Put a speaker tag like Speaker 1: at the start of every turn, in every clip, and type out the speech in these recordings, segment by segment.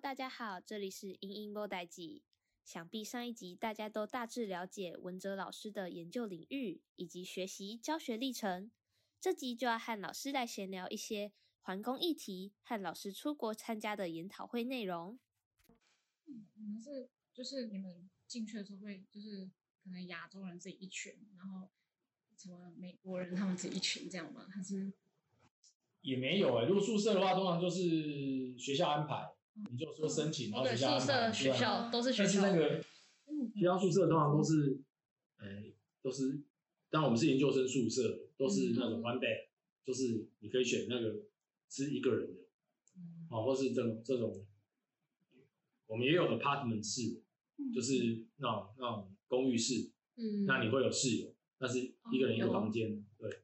Speaker 1: 大家好，这里是英英播代记。想必上一集大家都大致了解文哲老师的研究领域以及学习教学历程，这集就要和老师来闲聊一些环工议题和老师出国参加的研讨会内容。
Speaker 2: 嗯，你们是就是你们进去的时候会就是可能亚洲人自己一群，然后什么美国人他们自己一群这样吗？还是
Speaker 3: 也没有哎、如果宿舍的话，通常就是学校安排，你就说申请，然后
Speaker 4: 嗯
Speaker 3: 学
Speaker 4: 对，宿
Speaker 3: 校安
Speaker 4: 舍、
Speaker 3: 排。
Speaker 4: 学
Speaker 3: 对啊
Speaker 4: 校都是学
Speaker 3: 但是
Speaker 4: 校。
Speaker 3: 那个
Speaker 2: 嗯
Speaker 3: 学校宿舍通常都是，哎、都是，当然我们是研究生宿舍，都是那
Speaker 4: 嗯
Speaker 3: 种 one bed，、就是你可以选那个是一个人的，
Speaker 4: 嗯
Speaker 3: 哦，或是这种这种，我们也有 apartment 室，就是那种那种公寓室，
Speaker 2: 嗯
Speaker 3: 那你会有室友，但是一个人一
Speaker 4: 哦
Speaker 3: 个房间，对。
Speaker 2: 哦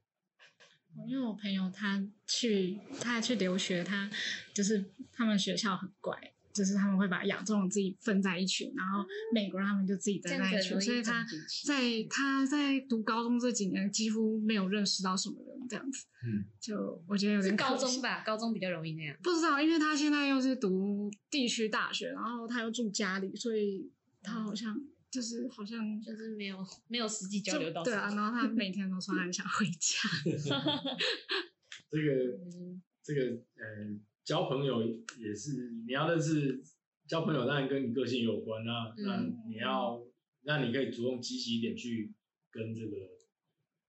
Speaker 2: 因为我朋友他去他去留学，他就是他们学校很怪，就是他们会把亚洲人自己分在一群，然后美国人他们就自己在那一群，所以他在他在读高中这几年几乎没有认识到什么人，这样子，
Speaker 3: 嗯，
Speaker 2: 就我觉得有点
Speaker 4: 是
Speaker 2: 可
Speaker 4: 高
Speaker 2: 惜
Speaker 4: 中吧，高中比较容易那样。
Speaker 2: 不知道，因为他现在又是读地区大学，然后他又住家里，所以他好像就是好像就
Speaker 4: 就是没有没有实际交流到
Speaker 2: 对啊，然后他每天都说他很想回家。
Speaker 3: 这个这个呃，交朋友也是你要认识交朋友，当然跟你个性有关。啊那、
Speaker 4: 嗯
Speaker 3: 那你要，那你可以主动积极一点去跟这个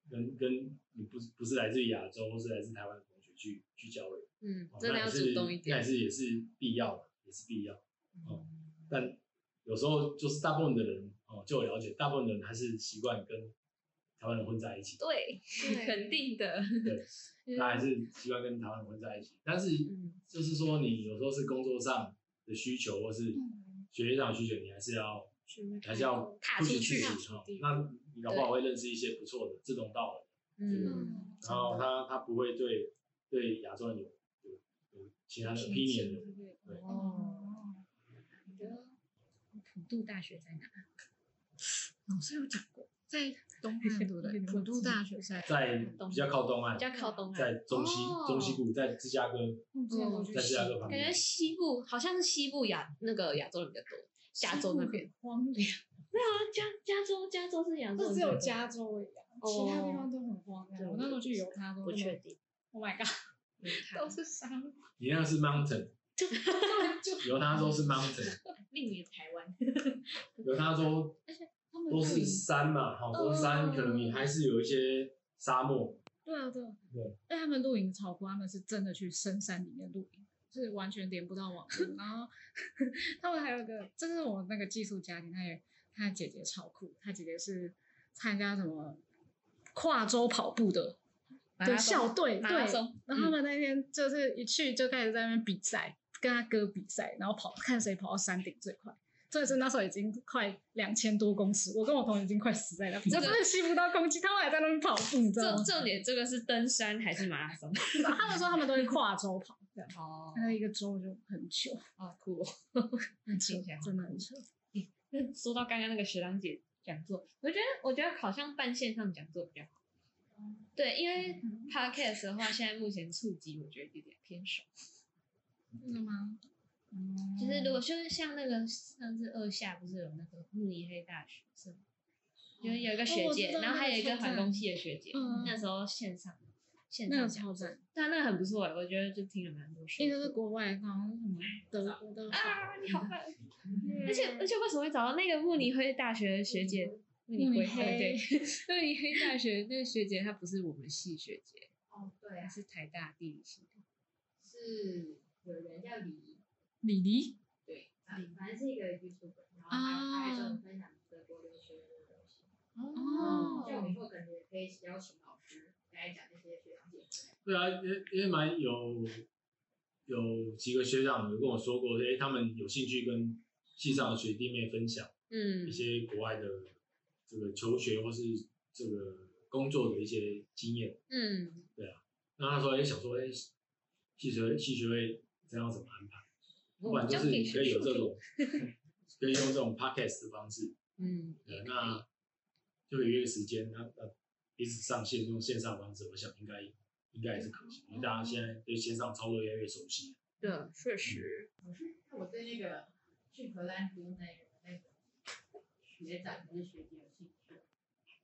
Speaker 3: 跟跟你不是不是来自于亚洲或是来自台湾的同学去去交流，
Speaker 4: 嗯
Speaker 3: 哦，
Speaker 4: 真
Speaker 3: 那
Speaker 4: 的要
Speaker 3: 也
Speaker 4: 主
Speaker 3: 是
Speaker 4: 动一
Speaker 3: 那也
Speaker 4: 点。嗯
Speaker 3: 是也是必要的，也是必要。哦，但有时候就是大部分的人哦，就我了解，大部分的人还是习惯跟台湾人混在一起。
Speaker 4: 对，肯定的。
Speaker 3: 对，他还是习惯跟台湾人混在一起。但是
Speaker 4: 嗯
Speaker 3: 就是说，你有时候是工作上的需求，或是学业上的需求，你还是要还是要
Speaker 4: 嗯踏
Speaker 3: 不
Speaker 4: 出
Speaker 3: 许
Speaker 4: 去啊
Speaker 3: 自己哦那你搞不好会认识一些不错的志同道合。
Speaker 4: 嗯，
Speaker 3: 然后他他不会对对亚洲人有有有其他的
Speaker 2: 偏
Speaker 3: opinion
Speaker 2: 见
Speaker 3: 的。对
Speaker 4: 哦，你的普渡大学在哪？
Speaker 2: 老师有讲过，在东 汉读的普渡大学在
Speaker 3: 在比较靠东岸
Speaker 4: 比，较靠东岸。
Speaker 3: 在中西
Speaker 4: 哦
Speaker 3: 中西部，在芝加哥，
Speaker 2: 哦
Speaker 3: 在芝加哥旁
Speaker 4: 感觉
Speaker 3: 边。
Speaker 4: 西部好像是西部亚那个亚洲人比较多，加州那边
Speaker 2: 荒凉，
Speaker 4: 没有啊，啊加加州加州是亚洲人
Speaker 2: 就
Speaker 4: 比
Speaker 2: 哦只
Speaker 4: 较
Speaker 2: 有
Speaker 4: 多，
Speaker 2: 加州一样，
Speaker 4: 哦
Speaker 2: 其他地方都很荒
Speaker 4: 对
Speaker 2: 凉。我那时候去犹他都
Speaker 4: 不确定，
Speaker 2: ，Oh my god，
Speaker 4: 没看
Speaker 2: 都是山，
Speaker 3: 你那个是 mountain，
Speaker 2: 就
Speaker 3: 犹他州是 mountain，
Speaker 4: 另于台湾。
Speaker 3: 犹他州
Speaker 2: 他们
Speaker 3: 都是
Speaker 2: 自己
Speaker 3: 山嘛，好多山，
Speaker 4: 嗯
Speaker 3: 可能你还是有一些沙漠。
Speaker 2: 对啊，对啊，
Speaker 3: 对。
Speaker 2: 但他们露营超酷，他们是真的去深山里面露营，是完全连不到网 络。然后他们还有一个，这是我那个寄宿家庭，他也他姐姐超酷，他姐姐是参加什么跨州跑步的
Speaker 4: 马
Speaker 2: 的
Speaker 4: 拉松
Speaker 2: 校队，
Speaker 4: 马
Speaker 2: 对
Speaker 4: 拉。松，嗯
Speaker 2: 然后他们那天就是一去就开始在那边比赛，跟他哥比赛，然后跑看谁跑到山顶最快。真的是那时候已经快两千多公尺，我跟我同学已经快死 在那边，就真的吸不到空气，他们还在那边跑步，你知道吗
Speaker 4: 重？重点这个是登山还是马拉松？
Speaker 2: 他们说他们都会跨州跑，这样，
Speaker 4: 哦
Speaker 2: 那一个州就很久，
Speaker 4: 啊，酷哦！
Speaker 2: 很
Speaker 4: 听起来
Speaker 2: 真的很久。
Speaker 4: 那说到刚刚那个学长姐讲座，我觉得我觉得好像办线上讲座比较好。对，因为
Speaker 2: 嗯
Speaker 4: podcast 的话，现在目前触及我觉得有点偏少。
Speaker 2: 真的吗？嗯
Speaker 4: 就是如果就是像那个上次二夏不是有那个慕尼黑大学是吗？就是有一个学
Speaker 2: 哦我
Speaker 4: 姐，
Speaker 2: 知道
Speaker 4: 然后还有一
Speaker 2: 那
Speaker 4: 个
Speaker 2: 个超
Speaker 4: 环
Speaker 2: 赞
Speaker 4: 工系的学姐，
Speaker 2: 嗯
Speaker 4: 那时候线上线
Speaker 2: 那
Speaker 4: 上
Speaker 2: 个
Speaker 4: 讲
Speaker 2: 超
Speaker 4: 座，
Speaker 2: 赞，
Speaker 4: 但那个很不错哎，我觉得就听了蛮多收
Speaker 2: 因为都
Speaker 4: 获
Speaker 2: 是国外，好像是什么德国的
Speaker 4: 啊，你好棒！
Speaker 2: 嗯
Speaker 4: 而且而且为什么会找到那个慕尼黑大学的学姐？慕
Speaker 2: 尼黑
Speaker 4: 尼黑对， 慕尼黑大学那个学姐她不是我们系学姐，
Speaker 5: 哦，对
Speaker 4: 她
Speaker 5: 啊，
Speaker 4: 是台大地理系的。
Speaker 5: 是有人叫李，
Speaker 2: 李黎，
Speaker 5: 对，啊反正是一个 YouTuber，然后他他还跟我分享德国留学的东西。嗯
Speaker 2: 哦
Speaker 5: 像我以后感觉可以邀请老师来讲这些学长姐。
Speaker 3: 对啊，因为因为蛮有有几个学长有跟我说过，哎、他们有兴趣跟系上的学弟妹分享
Speaker 4: 嗯
Speaker 3: 一些国外的这个求学或是这个工作的一些经验。
Speaker 4: 嗯，
Speaker 3: 那他说，哎、想说，哎、系学会系学会这样怎么安排？不管就是
Speaker 4: 交哦给
Speaker 3: 你可以有
Speaker 4: 学
Speaker 3: 这
Speaker 4: 术
Speaker 3: 种， 可以用这种 podcast 的方式，
Speaker 4: 嗯，
Speaker 3: 呃，那就有一个时间，那那彼此上线用线上方式，我想应该应该也是可行，因为大家现在对线上操作越来越熟悉。
Speaker 6: 对，确实，
Speaker 5: 我是我对那个去荷兰读那个那个学长还是学姐有兴趣，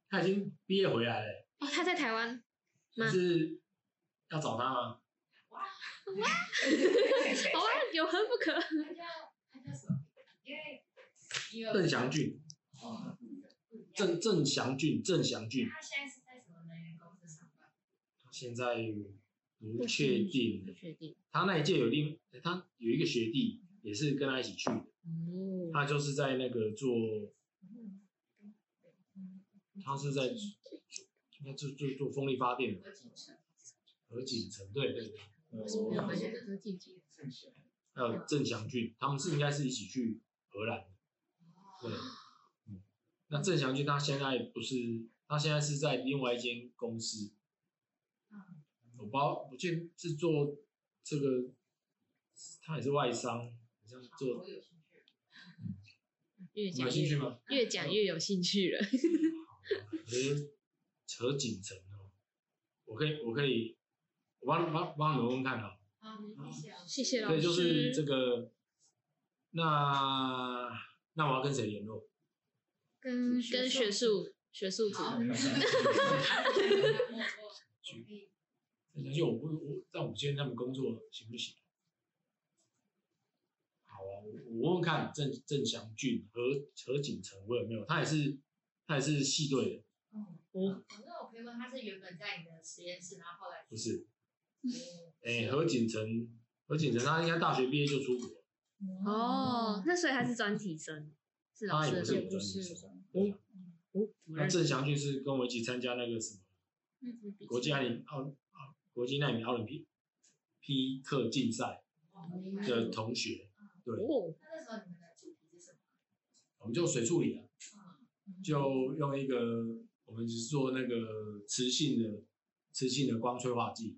Speaker 3: 他已经毕业回来了，
Speaker 4: 哦，他在台湾，
Speaker 3: 就
Speaker 4: 吗
Speaker 3: 是要找他吗？
Speaker 4: 好啊， 有何不可？
Speaker 5: 他叫他叫什么？因为也有
Speaker 3: 郑祥俊，
Speaker 5: 哦，不一样
Speaker 3: 郑郑祥俊，郑祥俊，
Speaker 5: 他现在是在什么能源公司上班？
Speaker 3: 现在不确定
Speaker 5: 不，确定。
Speaker 3: 他那一届有另，他有一个学弟也是跟他一起去的，
Speaker 5: 哦，
Speaker 3: 他就是在那个做，他是在应该做做做风力发电的，
Speaker 5: 何景成，
Speaker 3: 何景成对对对，
Speaker 5: 没有，
Speaker 3: 哦
Speaker 5: 我觉得何景成很喜欢。
Speaker 3: 还有郑祥俊，他们是应该是一起去荷兰的。对，嗯，那郑祥俊他现在不是，他现在是在另外一间公司，
Speaker 4: 嗯
Speaker 3: 我不知道，我记得是做这个，他也是外商，好像做
Speaker 5: 我有兴趣。
Speaker 4: 越
Speaker 3: 你有
Speaker 4: 讲
Speaker 3: 兴趣
Speaker 4: 越
Speaker 3: 吗？
Speaker 4: 越讲越有兴趣了。
Speaker 3: 何何景成哦，我可以，我可以，我帮帮帮你们问看啊。
Speaker 5: 好，你谢谢啊。
Speaker 4: 谢谢老
Speaker 3: 对，
Speaker 4: 师。
Speaker 3: 就是这个，那那我要跟谁联络？
Speaker 4: 跟跟嗯学术学术组，哦
Speaker 5: 好，我我 可以
Speaker 3: 郑祥俊，我不我在五千他们工作行不行？好啊，我我问问看郑郑祥俊和何景成我有没有，他也是他也是系队的，
Speaker 5: 哦，
Speaker 3: 哦
Speaker 5: 哦，那我可以问，他是原本在你的实验室，然后后来
Speaker 3: 不是？
Speaker 5: 哦
Speaker 3: 哎、何景成何景成他应该大学毕业就出国了，
Speaker 5: 嗯
Speaker 4: 哦，那所以他是专题生，是老
Speaker 3: 他
Speaker 4: 师
Speaker 3: 也不是我
Speaker 4: 的学部
Speaker 3: 专
Speaker 4: 是
Speaker 3: 业学生。对啊
Speaker 4: 哦，不
Speaker 3: 那
Speaker 4: 认识
Speaker 3: 郑祥俊是跟我一起参加那个什么国际纳米奥奥国际纳米奥林匹匹克竞赛
Speaker 5: 哦明白
Speaker 3: 的呃同学，
Speaker 4: 哦，
Speaker 5: 那那时候你们的主题是什么？
Speaker 3: 我们就水处理啊，
Speaker 5: 嗯
Speaker 3: 就用一个我们是做那个磁性的磁性的光催化剂，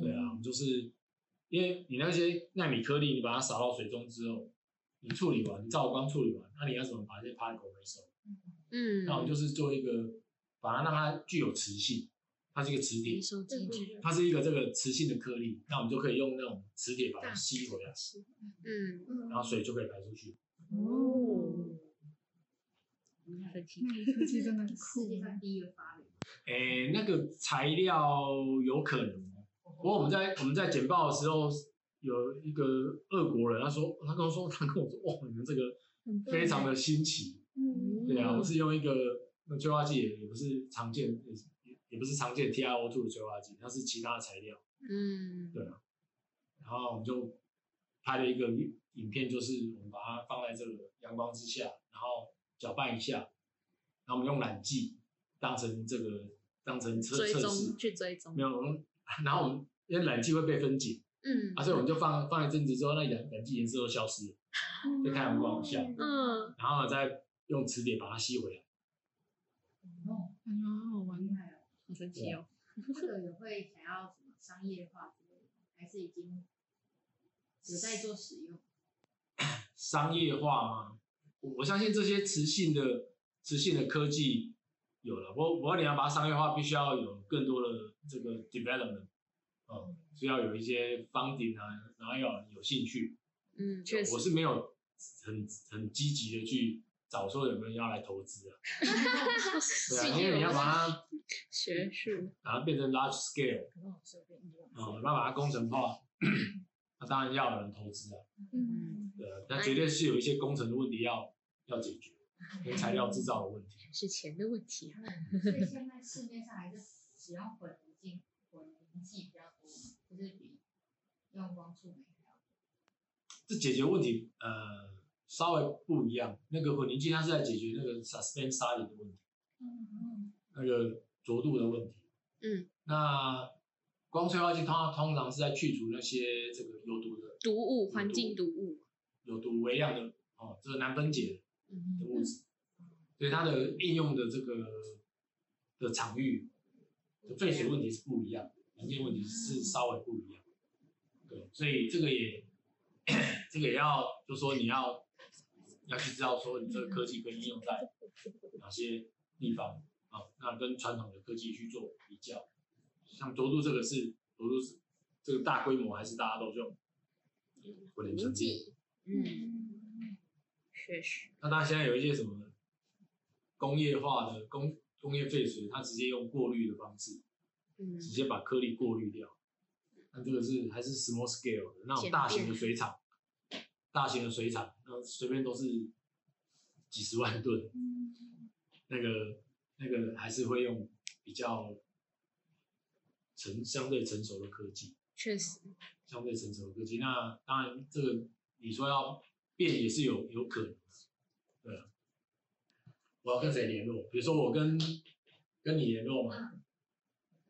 Speaker 3: 对啊，我们就是因为你那些纳米颗粒，你把它撒到水中之后，你处理完，你照光处理完，那你要怎么把这些 particle 回收？
Speaker 4: 嗯，
Speaker 3: 那我们就是做一个，把它让它具有磁性，它是一个磁铁
Speaker 4: 吸，收进去，
Speaker 3: 它是一个这个磁性的颗粒，那我们就可以用那种磁铁把它吸回来，
Speaker 4: 嗯，
Speaker 3: 然后水就可以排出去。
Speaker 5: 哦，
Speaker 4: 神奇，
Speaker 2: 那个科技真的很
Speaker 5: 世界
Speaker 2: 酷。
Speaker 5: 上第一个发明。
Speaker 3: 诶、那个材料有可能哦。不过我们在我们在简报的时候，有一个俄国人，他说他跟我说，他跟我说，哇，你们这个非常的新奇。
Speaker 4: 嗯
Speaker 3: 对啊，我是用一个那催化剂也也不是常见，也是也也不是常见 TiO2 的催化剂，它是其他的材料。
Speaker 4: 嗯，
Speaker 3: 对啊，然后我们就拍了一个影片，就是我们把它放在这个阳光之下，然后搅拌一下，然后我们用染剂当成这个当成测
Speaker 4: 追
Speaker 3: 测试
Speaker 4: 踪，去追踪
Speaker 3: 没，有，我们然后我们因为染剂会被分解
Speaker 4: 嗯
Speaker 3: 啊，所以我们就放放一阵子之后，那染染剂颜色都消失了，就太阳光下，
Speaker 4: 嗯，
Speaker 3: 然后再用磁铁把它吸回来。
Speaker 5: 哦，
Speaker 2: 感觉好好玩
Speaker 5: 厉害哦！
Speaker 4: 好神奇哦，
Speaker 5: 这个有会想要什么商业化之类的，还是已经有在做使用？
Speaker 3: 商业化吗？我我相信这些磁性的磁性的科技有了，我我要你要把它商业化，必须要有更多的这个 development，嗯，需要有一些 funding 啊，然后要有兴趣。
Speaker 4: 嗯，确实
Speaker 3: 我，是没有很很积极的去找说有没有人要来投 资啊，对啊，因为你要把它
Speaker 4: 学术，
Speaker 3: 把它变成 large scale，
Speaker 5: 可能我随便用。
Speaker 3: 嗯，你要把它工程化， 那当然要有人投资啊。
Speaker 4: 嗯，
Speaker 3: 对啊，那绝对是有一些工程的问题要要解决，跟材料制造的问题。
Speaker 4: 是钱的问题啊，
Speaker 5: 所以现在市面上还是使用混凝剂、混凝剂比较多，就是比用光触媒还要多。
Speaker 3: 这解决问题呃稍微不一样。那个混凝剂它是在解决那个 suspend solid 的问题，
Speaker 5: 嗯
Speaker 3: 那个浊度的问题。
Speaker 4: 嗯，
Speaker 3: 那光催化剂它通常是在去除那些这个有毒的
Speaker 4: 毒物，环境嗯毒物，
Speaker 3: 有毒微量的哦，这个难分解的
Speaker 4: 嗯
Speaker 3: 物质，所以它的应用的这个的场域的废水问题是不一样，环境问题是稍微不一样。对，所以这个也 这个也要，就说你要要去知道说你这个科技可以应用在哪些地方啊、那跟传统的科技去做比较，像浊度这个是浊度是这个大规模还是大家都用我的成绩。
Speaker 4: 嗯，确实，
Speaker 3: 那它现在有一些什么工业化的工工业废水，它直接用过滤的方式，
Speaker 4: 嗯
Speaker 3: 直接把颗粒过滤掉。那这个是还是 small scale 的那种大型的水厂，大型的水厂，那随便都是几十万吨，那个那个还是会用比较成相对成熟的科技。
Speaker 4: 确实，
Speaker 3: 相对成熟的科技。那当然，这个你说要变也是有有可能的，对啊。我要跟谁联络？比如说我跟跟你联络嘛，
Speaker 5: 嗯，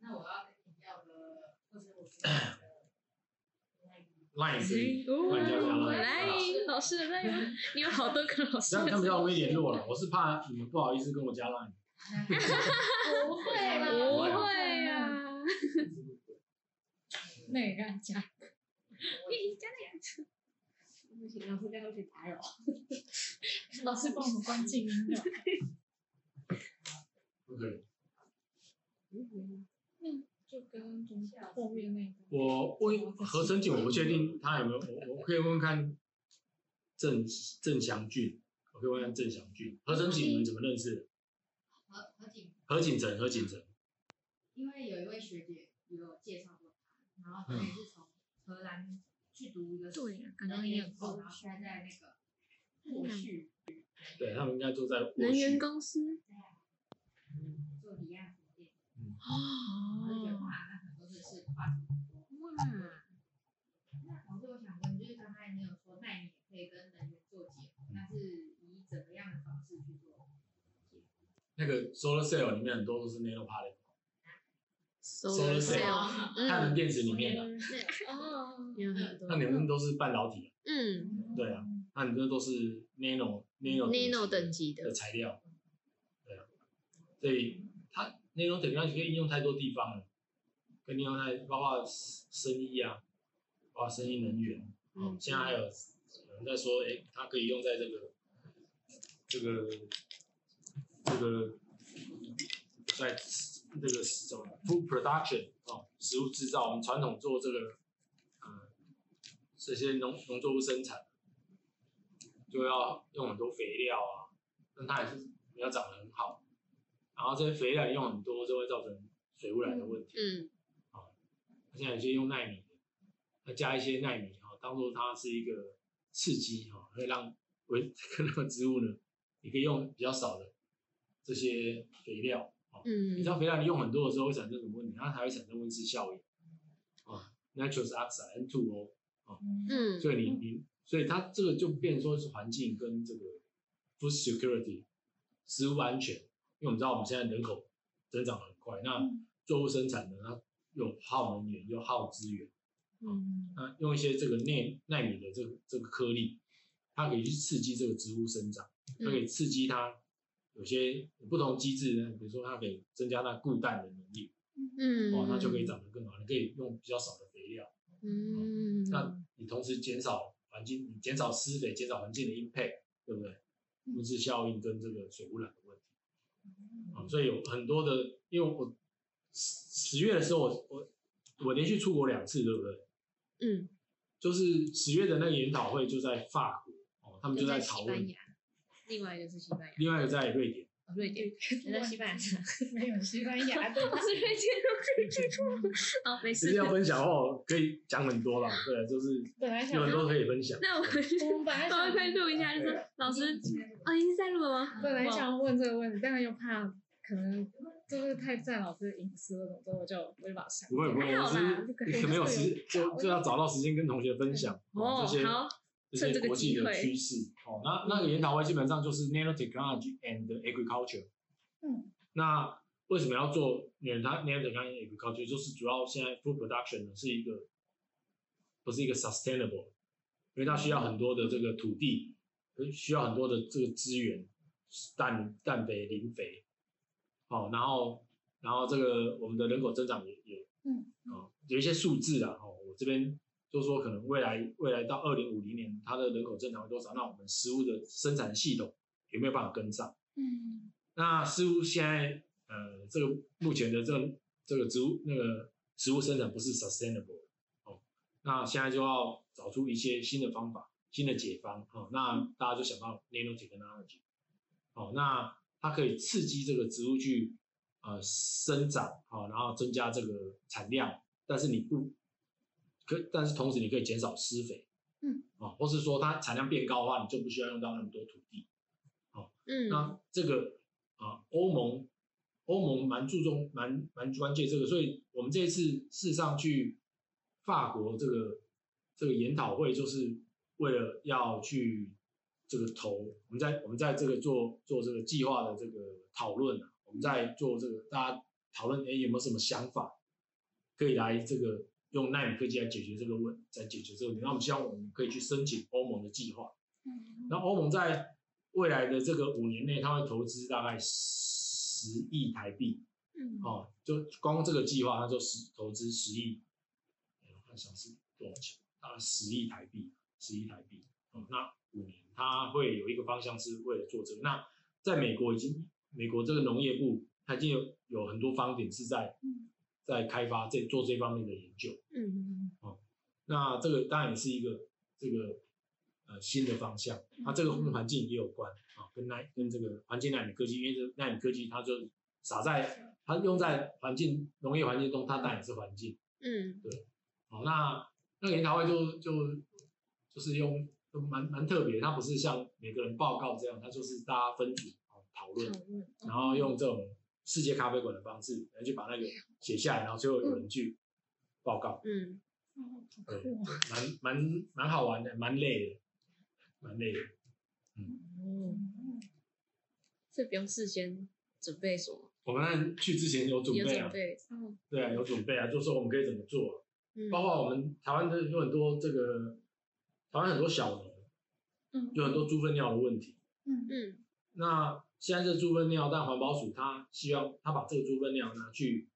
Speaker 5: 那我要跟你要个，或者我跟你要个
Speaker 3: 赖可以，
Speaker 4: 哦
Speaker 3: 赖加加
Speaker 4: 来
Speaker 3: 赖。
Speaker 4: 老师的赖吗？你有好多个老师
Speaker 3: 啊这
Speaker 4: 的
Speaker 3: 样
Speaker 4: 赖，
Speaker 3: 他们要微联络了，我是怕你们不好意思跟我加赖。
Speaker 5: 不会啦，
Speaker 2: 啊
Speaker 4: 不
Speaker 3: 会啊
Speaker 4: 会呀、
Speaker 2: 那也让讲，
Speaker 6: 不行，老师这样会被打扰。
Speaker 2: 老师帮我们关静音的。
Speaker 3: 不可能。
Speaker 2: 嗯就跟宗教后面那个，
Speaker 3: 我问何成景，我不确定他有没有，我我可以问问看郑郑祥俊，我可以问看郑祥俊。何成景你们怎么认识的？
Speaker 5: 何何景，
Speaker 3: 何景成，何景成，
Speaker 5: 因为有一位学姐有介绍过他，然后他
Speaker 3: 嗯
Speaker 5: 也是从荷兰去读一个
Speaker 2: 对呀，感觉
Speaker 5: 能
Speaker 2: 很
Speaker 5: 源
Speaker 2: 眼
Speaker 5: 后，
Speaker 2: 熟
Speaker 5: 然。后现在在那个
Speaker 4: 嗯
Speaker 5: 过去
Speaker 3: 对他们应该都在
Speaker 4: 能
Speaker 3: 沃
Speaker 4: 源
Speaker 3: 旭
Speaker 4: 公司
Speaker 5: 做离岸风电，我就觉得
Speaker 2: 哦，
Speaker 5: 哇，那很多的是跨足很多。那老师，我想问，就是刚才你有说，那你也可以跟能源做结合，那是以怎么样的方式去做？
Speaker 3: 那个 solar cell 里面很多都是 nano particle，
Speaker 4: ，solar 嗯
Speaker 3: cell 太阳能电池里面啊的，
Speaker 6: 哦，
Speaker 4: 哦有很多
Speaker 3: 那，你们都是半导体，啊
Speaker 4: 嗯
Speaker 3: 对啊，那你这都是 nano nano
Speaker 4: ，nano
Speaker 3: 级
Speaker 4: 等级
Speaker 3: 的
Speaker 4: 的，
Speaker 3: 材料，对啊，所以它 nano 等级可以应用太多地方了，可以应用太包括生意啊，包括生意能源，哦，现在还有有人在说，哎，它可以用在这个这个这个在这个什么 food production 哦，食物制造，我们传统做这个呃这些农农作物生产，就要用很多肥料啊，但它也是没有长得很好，然后这些肥料用很多就会造成水污染的问题。
Speaker 4: 嗯，
Speaker 3: 现在有些用纳米的，那加一些纳米哈、哦，当做它是一个刺激哈、哦，会让 维那个植物呢，你可以用比较少的这些肥料哦。你
Speaker 4: 嗯
Speaker 3: 知，道肥料你用很多的时候会产生什么问题？它还会产生温室效应哦 n i t r o u s oxide N2O，
Speaker 4: 嗯，
Speaker 3: 所以你你所以它这个就变成说是环境跟这个 food security 食物安全，因为我们知道我们现在人口增长很快，那
Speaker 4: 嗯
Speaker 3: 作物生产呢，它又耗能源又耗资源，
Speaker 2: 嗯，
Speaker 3: 那用一些这个内纳米的这个这个颗粒，它可以去刺激这个植物生长，它可
Speaker 4: 嗯
Speaker 3: 以刺激它有些有不同机制呢，比如说它可以增加它固氮的能力，
Speaker 4: 嗯，
Speaker 3: 哦，它就可以长得更好。你可以用比较少的肥料，
Speaker 4: 嗯，
Speaker 3: 那你同时减少环境，你减少施肥，减少环境的 impact，对不对？
Speaker 4: 嗯
Speaker 3: 温室效应跟这个水污染的问题，啊、所以有很多的，因为我十十月的时候我，我我连续出国两次，对不对？
Speaker 4: 嗯，
Speaker 3: 就是十月的那个研讨会就在法国哦，他们就在讨
Speaker 4: 西班
Speaker 3: 论
Speaker 4: 牙，，另外一个是西班牙，
Speaker 3: 另外一个在瑞典，
Speaker 4: 瑞典，你在西班牙，
Speaker 2: 没有西班牙的，
Speaker 4: 是瑞典，哦，没
Speaker 3: 其实
Speaker 4: 事，
Speaker 3: 要分享哦，可以讲很多啦，对，啊 就是
Speaker 2: 本来
Speaker 3: 有
Speaker 2: 想
Speaker 3: 很多可以分享。
Speaker 4: 那我们
Speaker 2: 我们本来
Speaker 4: 稍微
Speaker 2: 想
Speaker 4: 快录一下，就说老师，哦，已经在录了吗？
Speaker 2: 本来想问这个问题，但是又怕可能就是太占老师的隐私了，所以我就我就把它删
Speaker 3: 不。会不会，
Speaker 4: 还
Speaker 3: 我
Speaker 4: 好啦
Speaker 3: 是可没有时，就就要找到时间跟同学分享
Speaker 4: 哦
Speaker 3: 这些
Speaker 4: 好
Speaker 3: 这
Speaker 4: 趁
Speaker 3: 些
Speaker 4: 这个
Speaker 3: 国际
Speaker 4: 机
Speaker 3: 的
Speaker 4: 会
Speaker 3: 趋势。哦，那那个研讨会基本上就是 nanotechnology and agriculture。
Speaker 2: 嗯，
Speaker 3: 那为什么要做 nano- nanotechnology and agriculture？就是主要现在 food production 呢是一个不是一个 sustainable，因为它需要很多的这个土地，呃需要很多的这个资源，氮氮肥、磷肥，哦，然后然后这个我们的人口增长也也，
Speaker 2: 嗯，
Speaker 3: 哦，有一些数字啊，哦，我这边就说可能未来未来到二零五零年，它的人口增长会多少？那我们食物的生产系统有没有办法跟上？
Speaker 2: 嗯，
Speaker 3: 那似乎现在呃，这个目前的这个这个植物那个植物生产不是 sustainable 哦，那现在就要找出一些新的方法、新的解方。哦，那大家就想到 nanotic 跟 nanotic。哦，那它可以刺激这个植物去呃生长，好、然后增加这个产量，但是你不可，但是同时你可以减少施肥。
Speaker 1: 嗯，
Speaker 3: 哦，或是说它产量变高的话，你就不需要用到那么多土地。哦
Speaker 1: 嗯，
Speaker 3: 那这个啊，欧盟欧盟蛮注重蛮蛮关切这个，所以我们这一次事实上去法国这个这个研讨会，就是为了要去这个投我们在我们在这个做做这个计划的这个讨论啊，我们在做这个大家讨论，哎，有没有什么想法可以来这个用纳米科技来解决这个问，来解决这个问题？那我们希望我们可以去申请欧盟的计划。那欧盟在未来的这个五年内，它会投资大概十亿台币，
Speaker 1: 嗯
Speaker 3: 哦，就光这个计划，它就十投资十亿，哎我看一下是多少钱，大概十亿台币，十亿台币，哦，那五年它会有一个方向是为了做这个。那在美国已经，美国这个农业部它已经有有很多方点是在在开发这做这方面的研究，
Speaker 1: 嗯，
Speaker 3: 那这个当然也是一个这个呃新的方向，它这个跟环境也有关啊，跟耐跟这个环境纳米科技，因为这个纳米科技它就撒在它用在环境农业环境中，它当然也是环境。
Speaker 1: 嗯，
Speaker 3: 好，那那个研讨会就就就是用就蛮蛮特别，它不是像每个人报告这样，它就是大家分组啊讨论，然后用这种世界咖啡馆的方式，然后去把那个写下来，然后最后有人去报告。
Speaker 1: 嗯，
Speaker 3: 对，对蛮蛮蛮好玩的，蛮累的，蛮累的。
Speaker 4: 哦，所以不用事先准备什么，
Speaker 3: 我们那去之前有准
Speaker 4: 有
Speaker 3: 备
Speaker 4: 准
Speaker 3: 啊，
Speaker 4: 备，
Speaker 3: 对啊，有准备啊，就说我们可以怎么做啊、
Speaker 1: 嗯
Speaker 3: 包括我们台湾的有很多这个，台湾很多小农，
Speaker 2: 嗯
Speaker 3: 有很多猪粪尿的问题。
Speaker 1: 嗯
Speaker 3: 那现在这猪粪尿，但环保署它希望它把这个猪粪尿拿去，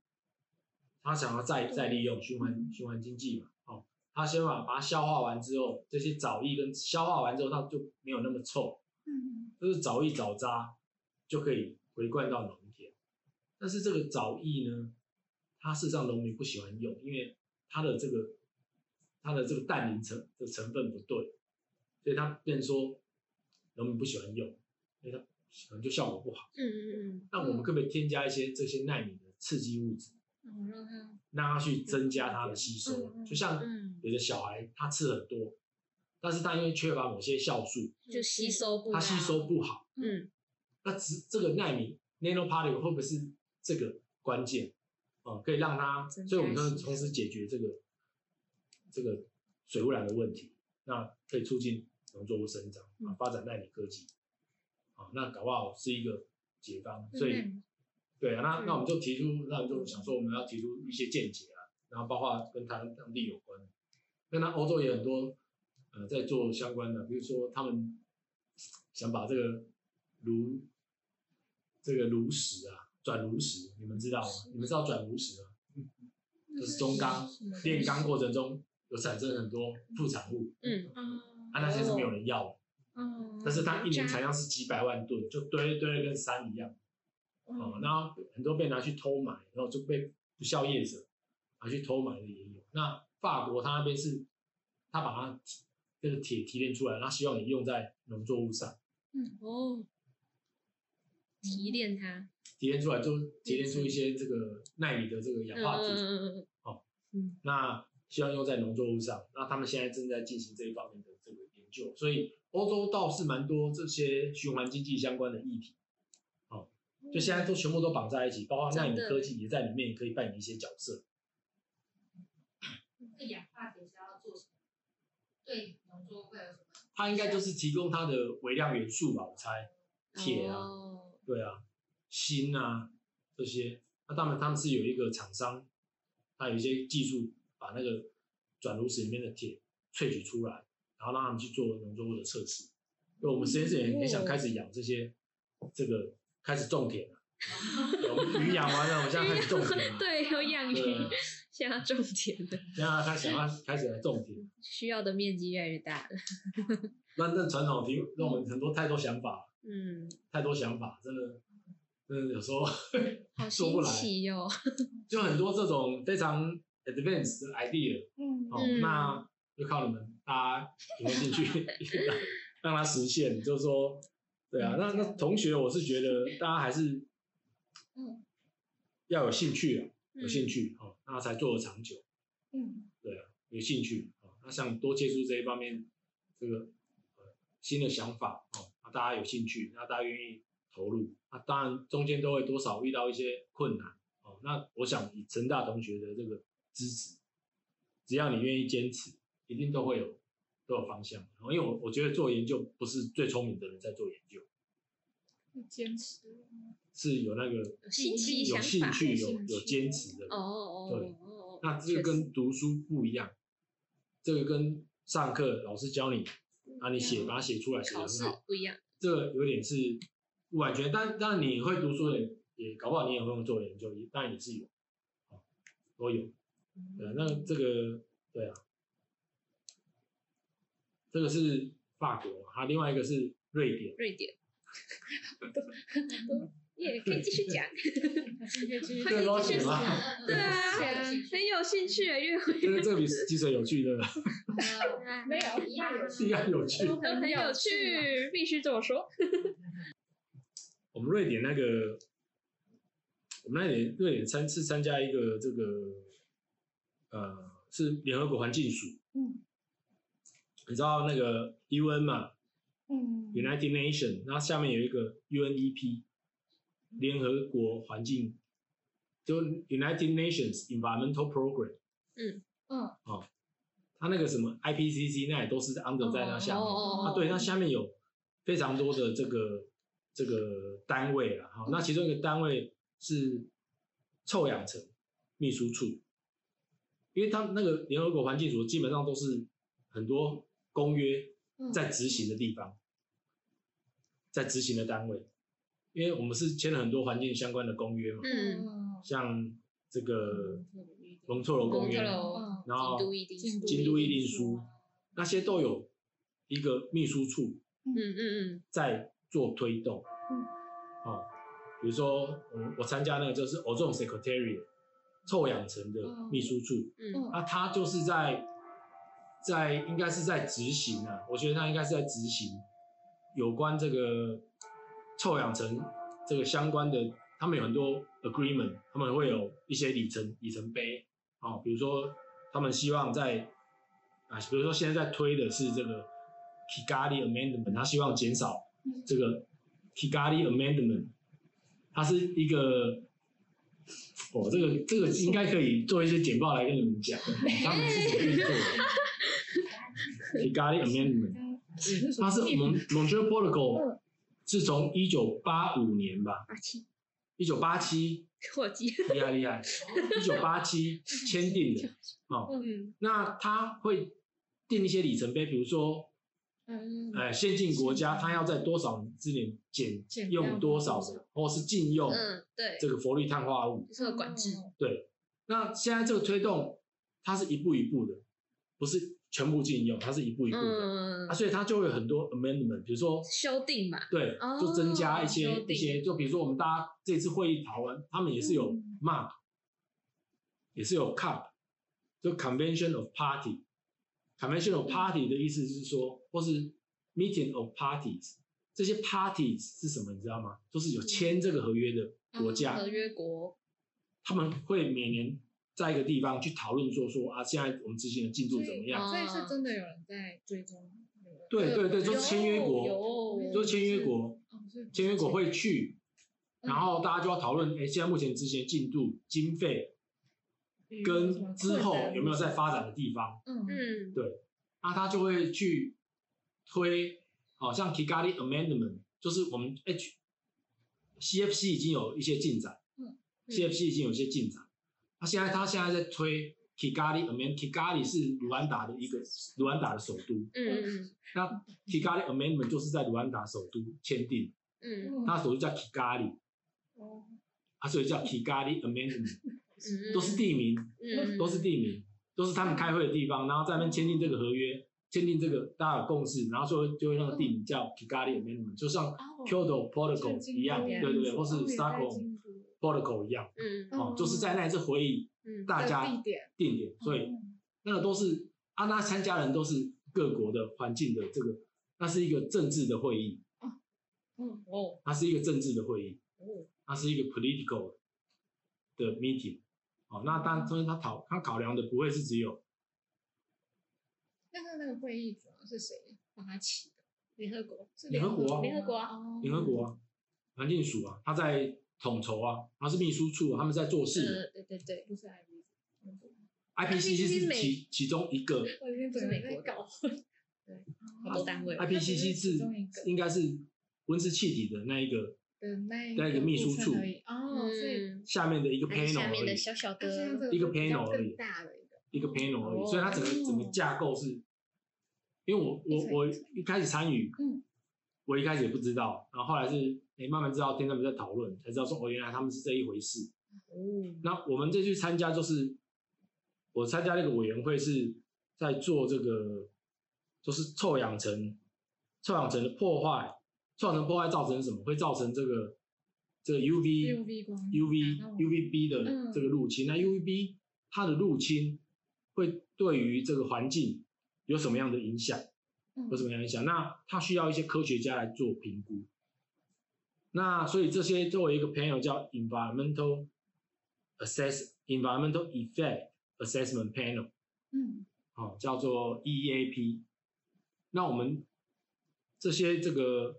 Speaker 3: 它想要再再利用循环循环经济嘛，哦，它先把把它消化完之后，这些藻液跟消化完之后，它就没有那么臭，嗯，就是藻液藻渣就可以回灌到农田，但是这个藻液呢，它事实上农民不喜欢用，因为它的这个它的这个氮磷成的成分不对，所以它变成说农民不喜欢用。因为它可能就效果不好。
Speaker 1: 嗯嗯
Speaker 3: 那我们可不可以添加一些这些纳米的刺激物质，
Speaker 6: 我让他
Speaker 3: 让它去增加它的吸收？就像
Speaker 1: 嗯
Speaker 3: 有的小孩他吃很多，但是他因为缺乏某些酵素，
Speaker 4: 就吸收不
Speaker 3: 它
Speaker 4: 良
Speaker 3: 吸收不好。
Speaker 1: 嗯，
Speaker 3: 那只这个纳米 nanoparticle 会不会是这个关键？哦、可以让它，
Speaker 4: 增加
Speaker 3: 所以我们能
Speaker 4: 吸收
Speaker 3: 同时解决这个这个水污染的问题，那可以促进农作物生长，啊、发展纳米科技，啊、那搞不好是一个解方。所以，对啊，那那我们就提出，那我们就想说我们要提出一些见解啊，然后包括跟台湾当地有关的，那那欧洲也很多呃在做相关的，比如说他们想把这个炉这个炉石啊，转炉石，你们知道吗？你们知道转炉石吗？就是中钢炼钢过程中有产生很多副产物，
Speaker 1: 嗯
Speaker 3: 啊，那些是没有人要的，
Speaker 4: 哦
Speaker 3: 但是它一年产量是几百万吨，就堆堆的跟山一样，
Speaker 2: 嗯
Speaker 3: 哦，然后很多被拿去偷买，然后就被不孝业者拿去偷买的也有。那法国它那边是，它把它这个铁提炼出来，它希望你用在农作物上，
Speaker 4: 哦，提炼它，
Speaker 3: 提炼出来就提炼出一些这个纳米的这个氧化铁，
Speaker 4: 嗯，
Speaker 3: 那希望用在农作物上。那他们现在正在进行这一方面的这个研究，所以欧洲倒是蛮多这些循环经济相关的议题，哦，就现在都全部都绑在一起，包括纳米科技也在里面，也可以扮演一些角色。
Speaker 5: 那氧化铁是要做什么？对农作物会有什么？
Speaker 3: 它应该就是提供它的微量元素吧，我猜，铁啊，
Speaker 4: 哦
Speaker 3: 对啊，锌啊这些，那他们他们是有一个厂商，他有一些技术把那个转炉石里面的铁萃取出来，然后让他们去做农作物的测试。因为我们实验室也也想开始养这些，这个开始种田了、我们鱼养完了，我们现在开始种田了。
Speaker 4: 对，有养
Speaker 3: 对啊
Speaker 4: 鱼，现在要种田的，
Speaker 3: 现在他想要开始来种田，啊
Speaker 4: 需要的面积越来越大了，
Speaker 3: 那那传统题让我们很多太多想法，
Speaker 4: 嗯，
Speaker 3: 太多想法，真的，真的有时候
Speaker 4: 好
Speaker 3: 做不
Speaker 4: 新
Speaker 3: 来。
Speaker 4: 奇哟，
Speaker 3: 就很多这种非常 advanced 的 idea，
Speaker 2: 嗯
Speaker 3: 哦，
Speaker 6: 嗯
Speaker 3: 那就靠你们大家有没有进去让让它实现，就是说，对啊，
Speaker 6: 嗯
Speaker 3: 那那同学，我是觉得大家还是，
Speaker 2: 嗯，
Speaker 3: 要有兴趣啊，有
Speaker 6: 嗯
Speaker 3: 兴趣哦，那才做得长久。
Speaker 2: 嗯
Speaker 3: 有兴趣啊、哦那想多接触这一方面这个呃新的想法哦，那大家有兴趣，那大家愿意投入，那当然中间都会多少遇到一些困难哦。那我想以成大同学的这个支持，只要你愿意坚持，一定都会有都有方向。哦因为我我觉得做研究不是最聪明的人在做研究，
Speaker 2: 要坚持。
Speaker 3: 是有那个
Speaker 4: 有新奇
Speaker 3: 有
Speaker 4: 想
Speaker 3: 兴
Speaker 4: 法。
Speaker 3: 趣、
Speaker 2: 有
Speaker 3: 有
Speaker 2: 兴趣
Speaker 3: 有坚持的人
Speaker 4: 哦哦
Speaker 3: 对
Speaker 4: 哦哦，
Speaker 3: 那这个
Speaker 4: 确实
Speaker 3: 跟读书不一样，这个跟上课老师教你啊，你写把它写出来，写得
Speaker 4: 嗯考试
Speaker 3: 很好，
Speaker 4: 不一样，
Speaker 3: 这个有点是不完全。但但你会读书的人，也搞不好你也会做研究，也当然也是有，哦都有。
Speaker 4: 嗯
Speaker 3: 对啊，那这个对啊，这个是法国，还有另外一个是瑞典，
Speaker 4: 瑞典，也可以继续讲。
Speaker 3: 这个都行吗？
Speaker 4: 对啊，
Speaker 5: 对
Speaker 4: 很有兴趣啊，因为
Speaker 3: 这个这 个比积水有趣的，
Speaker 5: 啊，没有一样有
Speaker 3: 应该有趣。
Speaker 4: 都很有
Speaker 2: 啊
Speaker 4: 趣，必须这么说。
Speaker 3: 我们瑞典那个，我们那里瑞典参是参加一个这个，呃，是联合国环境署，
Speaker 2: 嗯
Speaker 3: 你知道那个 UN 嘛
Speaker 2: 嗯
Speaker 3: ，United Nation，然后下面有一个 UNEP，联合国环境，就 United Nations Environmental Program，哦
Speaker 2: 嗯
Speaker 3: 它那个什么 IPCC 那也都是 under 在那下面。
Speaker 4: 哦
Speaker 3: 啊，对，那下面有非常多的这个这个单位啊，好，那其中一个单位是臭氧层秘书处，因为他们那个联合国环境署基本上都是很多公约
Speaker 4: 嗯
Speaker 3: 在执行的地方，在执行的单位，因为我们是签了很多环境相关的公约嘛，
Speaker 4: 嗯，
Speaker 2: 嗯
Speaker 3: 像这个蒙特罗公
Speaker 4: 蒙
Speaker 3: 约
Speaker 4: 特，嗯楼、
Speaker 2: 嗯
Speaker 3: 然后
Speaker 4: 京都一定是，
Speaker 3: 京都议定书那些都有一个秘书处
Speaker 4: 嗯嗯
Speaker 3: 在做推动。
Speaker 2: 嗯，
Speaker 3: 哦，比如说我我参加那个就是 Ozone Secretary 臭氧层的秘书处，
Speaker 4: 嗯嗯
Speaker 2: 嗯
Speaker 3: 那、他就是在在应该是在执行啊，我觉得他应该是在执行有关这个臭氧层这个相关的，他们有很多 agreement，他们会有一些里程里程碑哦，比如说他们希望在啊，比如说现在在推的是这个 Kigali Amendment，他希望减少这个 Kigali Amendment，它是一个。哦，这个这个应该可以做一些简报来跟你们 讲，他们是怎么运作的。Kigali Amendment，它
Speaker 4: 嗯
Speaker 3: 是我们 Montreal Protocol 是从一九八五年吧，
Speaker 4: 八七
Speaker 3: 一九八七，
Speaker 4: 火鸡，
Speaker 3: 厉害厉害，一九八七签订的哦。
Speaker 4: 嗯
Speaker 3: 那它会定一些里程碑，比如说，
Speaker 2: 嗯
Speaker 3: 呃，先进国家它要在多少之年减
Speaker 2: 减掉
Speaker 3: 用多少的，或是禁用
Speaker 4: 嗯，对，
Speaker 3: 这个氟氯碳化物。
Speaker 4: 就是有管制，
Speaker 3: 那现在这个推动，它是一步一步的，不是全部禁用，它是一步一步的。
Speaker 4: 嗯
Speaker 3: 啊，，所以它就会有很多 amendment，比如说
Speaker 4: 修订嘛，
Speaker 3: 对，
Speaker 4: 哦
Speaker 3: 就增加一些、
Speaker 4: 修订
Speaker 3: 一些，就比如说我们大家这次会议讨论，他们也是有
Speaker 2: 嗯
Speaker 3: MAP，、也是有 CUP，就 Convention of Party。Convention of Party 的意思是说，或是 Meeting of Parties，这些 parties 是什么，你知道吗？就是有签这个合约的
Speaker 2: 嗯
Speaker 3: 国家，
Speaker 4: 合约国，
Speaker 3: 他们会每年在一个地方去讨论说说啊，现在我们执行的进度怎么样？
Speaker 4: 哦
Speaker 2: 所以是真的有人在追踪那个。
Speaker 3: 对对对，
Speaker 4: 有
Speaker 3: 就是签约国，
Speaker 4: 有
Speaker 3: 就是签约国，
Speaker 2: 哦所以不是
Speaker 3: 签约国会去，
Speaker 2: 嗯
Speaker 3: 然后大家就要讨论，哎，现在目前执行的进度、经费
Speaker 2: 有什么
Speaker 3: 跟
Speaker 2: 困
Speaker 3: 之后
Speaker 2: 难
Speaker 3: 有没有在发展的地方，
Speaker 2: 嗯
Speaker 4: 嗯
Speaker 3: 那他就会去推，好、像 Kigali Amendment，就是我们哎 H CFC 已经有一些进展，
Speaker 2: 嗯
Speaker 3: ，CFC 已经有一些进展，那、现在他现在在推 Kigali Amendment，Kigali 是卢安达的一个卢安达的首都，
Speaker 4: 嗯
Speaker 3: 那 Kigali Amendment 就是在卢安达首都签订，
Speaker 4: 嗯
Speaker 2: 嗯
Speaker 3: 它首都叫 Kigali，
Speaker 2: 哦
Speaker 3: 啊，所以叫 Kigali Amendment，
Speaker 4: 嗯，
Speaker 3: 都是地名，
Speaker 4: 嗯，
Speaker 3: 都是地名，都是他们开会的地方，然后在那边签订这个合约，签订这个大家有共识，然后就就会让地名叫 Kigali Amendment，就像
Speaker 2: 哦像
Speaker 3: Kyoto Protocol
Speaker 2: 京
Speaker 3: 一样，
Speaker 2: 都
Speaker 3: 对
Speaker 2: 呀
Speaker 3: 对对，或是
Speaker 2: 哦也在
Speaker 3: Stockholm
Speaker 2: 京都
Speaker 3: protocol 一样，
Speaker 4: 嗯
Speaker 3: 哦，就是在那一次会议
Speaker 4: 嗯
Speaker 3: 大家
Speaker 2: 的地点哦
Speaker 3: 定点，所以那个都是啊，那参加人都是各国的环境的这个，那是一个政治的会议，
Speaker 6: 嗯哦，
Speaker 3: 它是一个政治的会议
Speaker 4: 哦，
Speaker 3: 它是一个 political 的 meeting。哦，那当中他考他考量的不会是只有
Speaker 2: 但是那个会议主要是谁帮他起的？
Speaker 6: 联合国是
Speaker 3: 联合国啊
Speaker 6: 联合国啊，
Speaker 2: 哦
Speaker 3: 联合国啊、环境署啊，他在统筹啊，他是秘书处、啊，他们在做
Speaker 2: 呃
Speaker 3: 事、
Speaker 4: 对对对，
Speaker 2: 不是 IB，
Speaker 3: i p c c
Speaker 4: 是
Speaker 3: 是
Speaker 4: 美
Speaker 3: 其其中一个
Speaker 2: 我已经
Speaker 4: 是
Speaker 2: 整
Speaker 4: 美
Speaker 2: 个
Speaker 4: 国
Speaker 2: 在
Speaker 4: 的
Speaker 2: 搞
Speaker 6: 好多单位。
Speaker 3: ，IPCC
Speaker 2: 其
Speaker 3: 是
Speaker 2: 中一个
Speaker 3: 应该是温室气体的那一个
Speaker 2: 的那一
Speaker 3: 那一个秘书
Speaker 2: 部分
Speaker 3: 处
Speaker 2: 而已哦，所以
Speaker 4: 嗯，
Speaker 3: 下面的一个
Speaker 4: 还有
Speaker 3: panel
Speaker 4: 下面
Speaker 3: 而
Speaker 4: 的
Speaker 3: 已，
Speaker 4: 小小
Speaker 2: 它现在这
Speaker 4: 的，
Speaker 2: 个
Speaker 3: 一个
Speaker 2: 比较
Speaker 3: panel 而已
Speaker 2: 更大的一个，
Speaker 3: 一个 panel 而已，
Speaker 6: 哦
Speaker 3: 所以它整个整个
Speaker 2: 哦
Speaker 3: 架构是，因为我我我一开始参与，
Speaker 2: 嗯，
Speaker 3: 我一开始也不知道，然后后来是哎、诶慢慢知道听他们在讨论，才知道说哦原来他们是这一回事。
Speaker 4: 嗯
Speaker 3: 那我们这次参加就是我参加那个委员会是在做这个，就是臭氧层，臭氧层的破坏，臭氧层破坏造成什么？会造成这个这个 UV
Speaker 2: UV 光
Speaker 3: UV
Speaker 2: 打到我们
Speaker 3: UVB 的
Speaker 2: 嗯
Speaker 3: 这个入侵。那 UVB 它的入侵会对于这个环境有什么样的影响？
Speaker 2: 嗯
Speaker 3: 有什么样的影响？那它需要一些科学家来做评估。那所以这些作为一个 panel 叫 environmental assess environmental effect assessment panel，
Speaker 2: 嗯
Speaker 3: 哦，叫做 EAP。那我们这些这个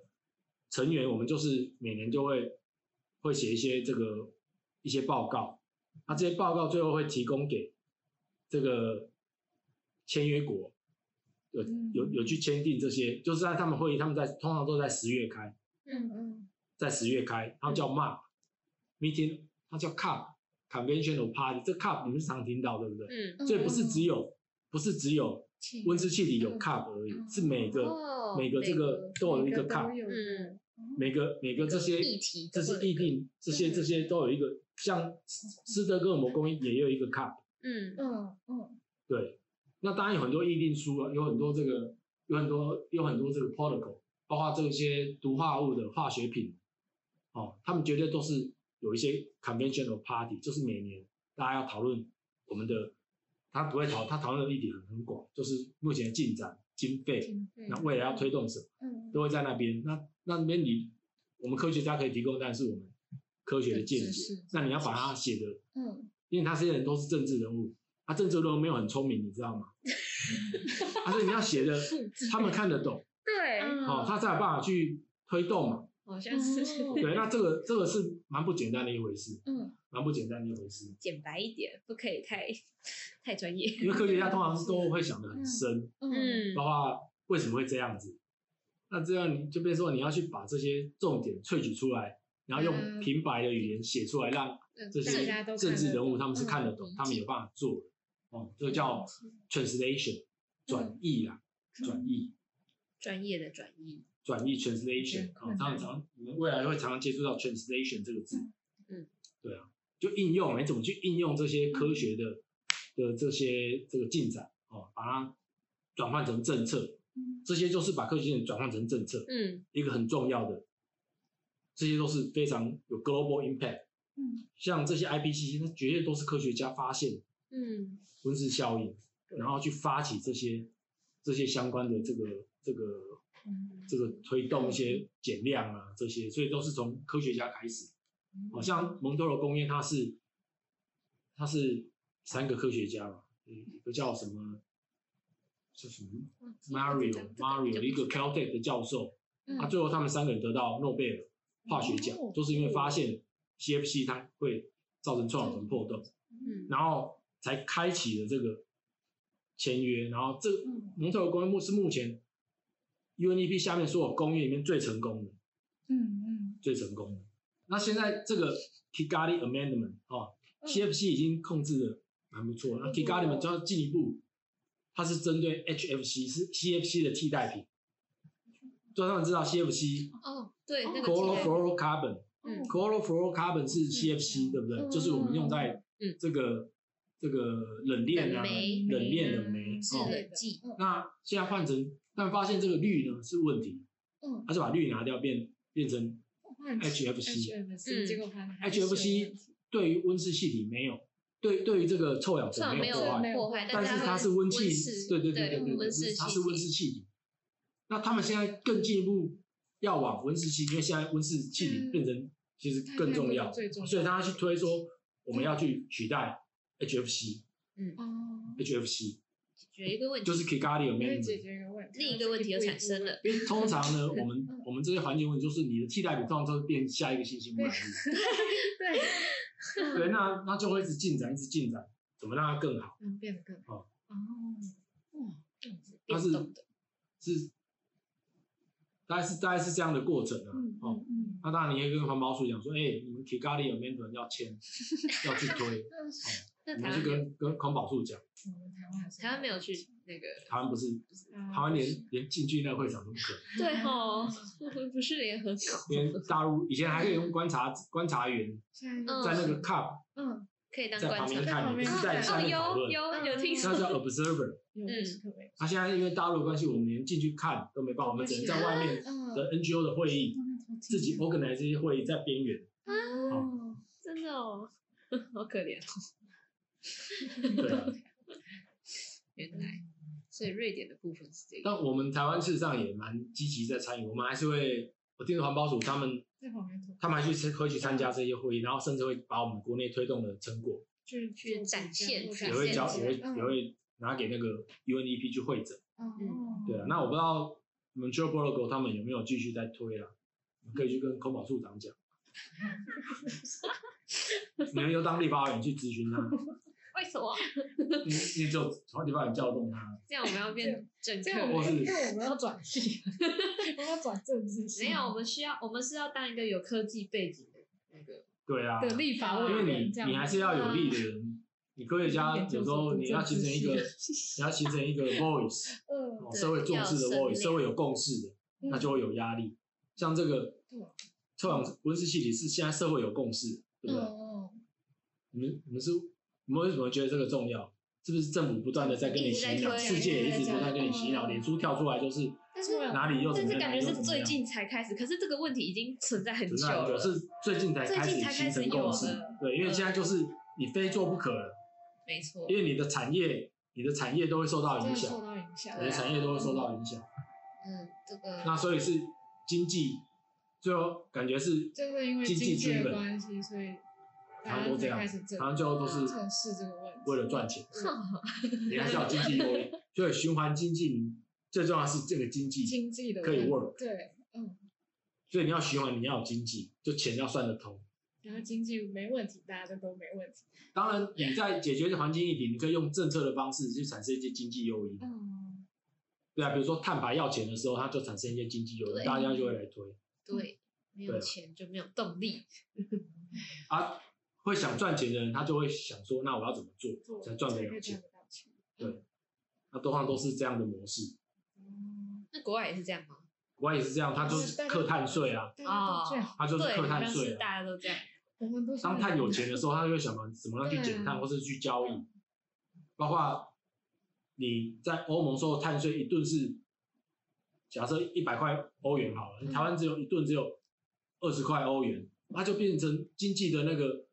Speaker 3: 成员，我们就是每年就会会写一些这个一些报告，那这些报告最后会提供给这个签约国，有
Speaker 2: 嗯
Speaker 3: 有有去签订这些，就是在他们会议，他们在通常都在十月开，
Speaker 2: 嗯嗯
Speaker 3: 在十月开，它叫 MAP、meeting，它叫 CUP convention of party，这 CUP 你们是常听到对不对？
Speaker 4: 嗯，
Speaker 2: 嗯，
Speaker 3: 所以不是只有不是只有
Speaker 2: 气
Speaker 3: 温室气体有 cup 而已，
Speaker 2: 嗯
Speaker 3: 是每个、
Speaker 4: 哦
Speaker 3: 每个这个都有一个 cup，
Speaker 4: 嗯
Speaker 2: 哦
Speaker 3: 每个每个这些
Speaker 4: 议题
Speaker 3: 这
Speaker 4: 都
Speaker 3: 是
Speaker 4: 会有
Speaker 3: 议
Speaker 4: 一个
Speaker 3: 定，这些这些都有一个，像斯斯德哥尔摩公约也有一个 cup，
Speaker 4: 嗯
Speaker 2: 嗯嗯
Speaker 3: 对。那当然有很多议定书啊，有很多这个有很多有很多这个 protocol，包括这些毒化物的化学品，哦，他们绝对都是有一些 conventional party，就是每年大家要讨论我们的，他不会讨他讨论的议题很很广，就是目前的进展、经费，那未来要推动什么，
Speaker 2: 嗯
Speaker 3: 都会在那边。那那那边你我们科学家可以提供，但是我们科学的见
Speaker 2: 的知
Speaker 3: 解
Speaker 2: 识，
Speaker 3: 那你要把它写的，
Speaker 2: 嗯，
Speaker 3: 因为他这些人都是政治人物，他政治人物没有很聪明，你知道吗？他说你要写的，他们看得懂，
Speaker 4: 对
Speaker 2: 嗯
Speaker 3: 哦，他才有办法去推动嘛。
Speaker 6: 好像是
Speaker 2: 哦
Speaker 3: 对，那这个这个是蛮不简单的一回事，
Speaker 2: 嗯
Speaker 3: 蛮不简单的一回事。
Speaker 4: 简白一点，不可以太 太专业。
Speaker 3: 因为科学家通常是都会想得很深，
Speaker 2: 嗯
Speaker 4: 嗯
Speaker 3: 包括为什么会这样子。那这样你就变成说你要去把这些重点萃取出来，然后用
Speaker 2: 嗯
Speaker 3: 平白的语言写出来，让
Speaker 4: 嗯
Speaker 3: 这
Speaker 2: 大
Speaker 3: 些
Speaker 2: 家都看
Speaker 3: 政
Speaker 2: 得
Speaker 3: 治人物
Speaker 2: 懂
Speaker 3: 他们是看得
Speaker 2: 嗯
Speaker 3: 懂，他们有办法做的。哦，这个叫 translation 转译啦，
Speaker 2: 嗯
Speaker 3: 转译
Speaker 4: 专业的转译，
Speaker 3: 转译 translation 哦，常常你们未来会常常接触到 translation 这个字。
Speaker 4: 嗯，
Speaker 3: 对啊，就应用你怎么去应用这些科学的的这些这个进展哦，把它转换成政策，
Speaker 2: 嗯
Speaker 3: 这些就是把科学精神转换成政策，
Speaker 4: 嗯
Speaker 3: 一个很重要的，这些都是非常有 global impact。
Speaker 2: 嗯，
Speaker 3: 像这些 IPCC，那绝对都是科学家发现
Speaker 4: 嗯
Speaker 3: 温室效应，然后去发起这些这些相关的这个这个这个推动一些减量啊这些，所以都是从科学家开始。好、像蒙特罗工业，它是它是三个科学家嘛，嗯一个叫什么叫什么 Mario
Speaker 4: 这个
Speaker 3: Mario
Speaker 4: 就不
Speaker 3: 一个
Speaker 4: 知
Speaker 3: Caltech 的教授，
Speaker 2: 嗯
Speaker 3: 啊，最后他们三个人得到诺贝尔化学奖
Speaker 2: 哦，
Speaker 3: 就是因为发现 CFC 它会造成臭氧层破洞，
Speaker 4: 嗯
Speaker 3: 然后才开启了这个签约，然后这
Speaker 2: 嗯
Speaker 3: 蒙特罗工业目是目前 UNEP 下面所有工业里面最成功的。
Speaker 2: 嗯
Speaker 3: 最成功的。那现在这个 Kigali Amendment 哦
Speaker 2: 嗯
Speaker 3: ，CFC 已经控制的蛮不错了。那
Speaker 4: 嗯
Speaker 3: Kigali 们就要进一步，它是针对 HFC 是 CFC 的替代品，就让他们知道 CFC
Speaker 4: 哦，对，那个
Speaker 3: chlorofluorocarbon
Speaker 4: 嗯
Speaker 2: 哦
Speaker 3: chlorofluorocarbon 是 CFC 对不对？
Speaker 2: 嗯
Speaker 3: 就是我们用在
Speaker 4: 嗯
Speaker 3: 这个这个冷链啊
Speaker 4: 冷媒、嗯
Speaker 3: 冷链
Speaker 2: 啊
Speaker 3: 冷媒
Speaker 4: 制
Speaker 3: 哦。
Speaker 4: 冷剂，
Speaker 3: 那现在换成，但发现这个氯呢是问题，
Speaker 2: 嗯
Speaker 3: 他就把氯拿掉变变成 HFC
Speaker 6: HFC，
Speaker 4: 嗯
Speaker 6: 结果发现还是有问题
Speaker 3: HFC 对于温室气体没有，对对于这个臭氧
Speaker 4: 虽
Speaker 3: 层
Speaker 4: 然
Speaker 3: 没
Speaker 4: 没
Speaker 3: 有
Speaker 4: 有
Speaker 3: 破坏，
Speaker 4: 破坏，
Speaker 3: 但是它是温气，
Speaker 4: 室
Speaker 3: 对对
Speaker 4: 对
Speaker 3: 对对，
Speaker 4: 温室
Speaker 3: 它是温室
Speaker 4: 气体
Speaker 3: 气体。那他们现在更进一步要往温室气，因为现在温室气体变成其实更重要，
Speaker 6: 它现在变成最重要
Speaker 3: 所以大家去推说我们要去取代 HFC，HFC
Speaker 6: 哦，
Speaker 4: 解决一个问题，
Speaker 3: 就是 Kigali 有
Speaker 6: 因为
Speaker 3: m
Speaker 6: 解决一个问题，
Speaker 4: 另一个问题又产生了，
Speaker 3: 因为通常呢，我们我们这些环境问题就是你的替代品通常都会变下一个新兴问题，
Speaker 6: 对，
Speaker 3: 对，那那就会一直进展，一直进展，怎么让它更好？
Speaker 6: 能变得更好。哦，
Speaker 3: 它
Speaker 4: 变
Speaker 3: 是
Speaker 4: 动的，
Speaker 3: 是大概是大概是这样的过程啊。
Speaker 4: 嗯
Speaker 3: 哦，那当然你也跟环保署讲说，哎、你们 Kigali 有没有人要 签，要去推？
Speaker 4: 那
Speaker 3: 你
Speaker 4: 台
Speaker 3: 们去
Speaker 4: 湾没有
Speaker 3: 跟跟环保署讲，
Speaker 4: 台湾没有去那个，
Speaker 3: 台湾不是
Speaker 4: 啊
Speaker 3: 台湾连连进去那个会场都不可能，
Speaker 4: 对哦吼，我们 不是联合国，
Speaker 3: 因为大陆以前还可以用观察观察员
Speaker 6: 现在
Speaker 4: 嗯
Speaker 3: 在那个 cup
Speaker 6: 嗯，
Speaker 4: 可以当
Speaker 3: 在
Speaker 4: 观
Speaker 3: 旁
Speaker 4: 察
Speaker 3: 边
Speaker 4: 员。
Speaker 3: 看，你不是在下
Speaker 4: 哦，
Speaker 3: 面讨
Speaker 4: 有
Speaker 3: 论，
Speaker 4: 有有听
Speaker 3: 那
Speaker 4: 说，
Speaker 3: 叫 observer。
Speaker 6: 有可为，
Speaker 3: 那现在因为大陆的关系，我们连进去看都没办法，我们只能在外面
Speaker 4: 啊
Speaker 6: 嗯，
Speaker 3: 的 NGO 的会议
Speaker 6: 嗯
Speaker 3: 自己 organize 这些会议在边缘。
Speaker 6: 哦，
Speaker 4: 真的哦， 好可怜哦。
Speaker 3: 对啊，
Speaker 4: 原来，所以瑞典的部分是这个，
Speaker 3: 但我们台湾事实上也蛮积极在参与，我们还是会，我听说环保署他们
Speaker 6: 在旁边投
Speaker 3: 他们还去参会去参加这些会议，然后甚至会把我们国内推动的成果
Speaker 6: 去
Speaker 4: 去展现展
Speaker 3: 也会
Speaker 4: 现
Speaker 3: 交
Speaker 4: 出
Speaker 3: 也
Speaker 4: 来
Speaker 3: 会也会拿给那个 UNEP 去会诊。
Speaker 6: 嗯，
Speaker 3: 对啊，那我不知道你们 Joe b o r g o 他们有没有继续在推啦，你可以去跟空保处长讲，你们就当立法委员去咨询他，
Speaker 4: 为什么
Speaker 3: 你你就从立法委员调动他。
Speaker 4: 这样我们要变政
Speaker 6: 这
Speaker 4: 客？
Speaker 6: 样我
Speaker 3: 或
Speaker 6: 们
Speaker 3: 是
Speaker 6: 因为我们要转系，我们要转政治系，
Speaker 4: 没有，我们需要，我们是要当一个有科技背景的那个，
Speaker 3: 对啊，
Speaker 6: 的立法
Speaker 3: 因为
Speaker 6: 委员
Speaker 3: 你
Speaker 6: 这样，
Speaker 3: 你还是要有力
Speaker 4: 嗯
Speaker 3: 的人，你科学家有时候你要形成一 个，你要形成一个 voice，
Speaker 6: 嗯，
Speaker 3: 哦
Speaker 4: 对
Speaker 3: 社会重视
Speaker 4: 要有
Speaker 3: 的
Speaker 4: 声
Speaker 3: voice，
Speaker 4: 量
Speaker 3: 社会有共识的，那就会有压力。像这个
Speaker 4: 嗯
Speaker 3: 臭氧温室气体是现在社会有共识，对啊不对？
Speaker 6: 嗯
Speaker 3: 你们你们是你们为什么觉得这个重要？是不是政府不断的在跟你
Speaker 4: 一直在
Speaker 3: 洗脑，
Speaker 4: 推
Speaker 3: 世界也一直不断地跟你洗脑，
Speaker 6: 嗯
Speaker 3: 脸书跳出来就是
Speaker 4: 但是
Speaker 3: 哪里又怎
Speaker 4: 嗯
Speaker 3: 么样，
Speaker 4: 但是感觉
Speaker 3: 哪里又
Speaker 4: 是
Speaker 3: 怎么
Speaker 4: 最
Speaker 3: 样
Speaker 4: 近才开始，可是这个问题已经存在很
Speaker 3: 不
Speaker 4: 久
Speaker 3: 是很久，
Speaker 4: 了，
Speaker 3: 是最近才
Speaker 4: 最
Speaker 3: 开
Speaker 4: 近
Speaker 3: 始
Speaker 4: 才
Speaker 3: 形
Speaker 4: 开始
Speaker 3: 成
Speaker 4: 有
Speaker 3: 共识
Speaker 4: 的。
Speaker 3: 对，因为
Speaker 4: 嗯
Speaker 3: 现在就是你非做不可了。
Speaker 4: 没错，
Speaker 3: 因为你的产业，你的产业都会受到
Speaker 6: 真
Speaker 3: 影
Speaker 6: 的
Speaker 3: 响
Speaker 6: 受，啊到影响，
Speaker 3: 你的产业都会受到影响。
Speaker 4: 嗯，这个
Speaker 3: 那所以是经济，最后感觉是
Speaker 6: 就是因为
Speaker 3: 经济
Speaker 6: 经济
Speaker 3: 追
Speaker 6: 的
Speaker 3: 本，
Speaker 6: 关系，所以
Speaker 3: 常
Speaker 6: 大
Speaker 3: 常都
Speaker 6: 家
Speaker 3: 这
Speaker 6: 才
Speaker 3: 样
Speaker 6: 开始正
Speaker 3: 好像最后都是
Speaker 6: 正视啊这个问题，
Speaker 3: 为了 赚钱，你还是要有经济优惠。所以循环经济最重要的是这个经济，
Speaker 6: 经济的
Speaker 3: 可以
Speaker 6: 问题
Speaker 3: work
Speaker 6: 对，嗯，
Speaker 3: 所以你要循环，你要有经济，就钱要算得通。
Speaker 6: 然后经济没问题，大家都都没问题，
Speaker 3: 当然，
Speaker 6: 啊
Speaker 3: 你在解决环境议题，你可以用政策的方式去产生一些经济诱因。
Speaker 6: 嗯，
Speaker 3: 对啊，比如说碳排要钱的时候，它就产生一些经济诱因，
Speaker 4: 对
Speaker 3: 大家就会来推。
Speaker 4: 对，没
Speaker 3: 对
Speaker 4: 有
Speaker 3: 啊
Speaker 4: 钱就没有动力，
Speaker 3: 啊，会想赚钱的人，他就会想说，那我要怎么做
Speaker 6: 做
Speaker 3: 才赚得
Speaker 6: 才可
Speaker 3: 了
Speaker 6: 以
Speaker 3: 钱
Speaker 6: 赚？得到钱，
Speaker 3: 那通常都是这样的模式。
Speaker 6: 嗯，
Speaker 4: 那国外也是这样吗？哦
Speaker 3: 国外也是这样，他就是克碳税啊，
Speaker 6: 大家都这样，
Speaker 3: 他就是
Speaker 4: 对，
Speaker 3: 克
Speaker 4: 好
Speaker 3: 碳
Speaker 4: 像
Speaker 3: 税
Speaker 4: 是
Speaker 3: 啊。
Speaker 4: 大家都这样，
Speaker 6: 我们都是
Speaker 3: 当碳有钱的时候，他就会想怎么样去减
Speaker 6: 对
Speaker 3: 碳，
Speaker 6: 啊
Speaker 3: 或是去交易。包括你在欧盟收的碳税一吨是，假设一百块欧元好了，台湾只有一吨只有二十块欧元，那就变成经济的那个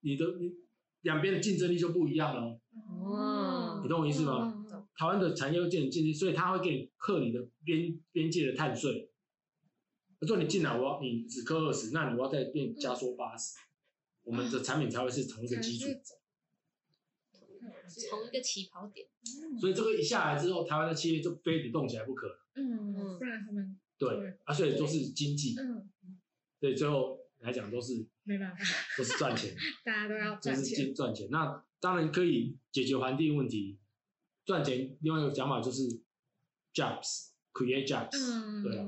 Speaker 3: 你的你两边的竞争力就不一样了。
Speaker 4: 哦
Speaker 3: 你懂我意思吗？
Speaker 6: 嗯？嗯
Speaker 3: 台湾的产业会建立竞争，所以他会给你克你的边边界的碳税。他说你进来，我要你只克二十，那你我要再给你加缩八
Speaker 6: 嗯
Speaker 3: 十，我们的产品才会是同一个基准。
Speaker 4: 从一个起跑 点，
Speaker 3: 所以这个一下来之后，台湾的企业就非得动起来不可了。
Speaker 6: 嗯，不然他们
Speaker 3: 对
Speaker 6: 对
Speaker 3: 啊，所以都是经济，
Speaker 6: 嗯
Speaker 3: 对，最后来讲都是
Speaker 6: 没办法，
Speaker 3: 都是赚钱，
Speaker 6: 大家都要
Speaker 3: 就
Speaker 6: 赚
Speaker 3: 是
Speaker 6: 钱，
Speaker 3: 经赚钱。那当然可以解决环境问题，赚钱。另外一个讲法就是 jobs，create jobs。
Speaker 6: 嗯，
Speaker 3: 对啊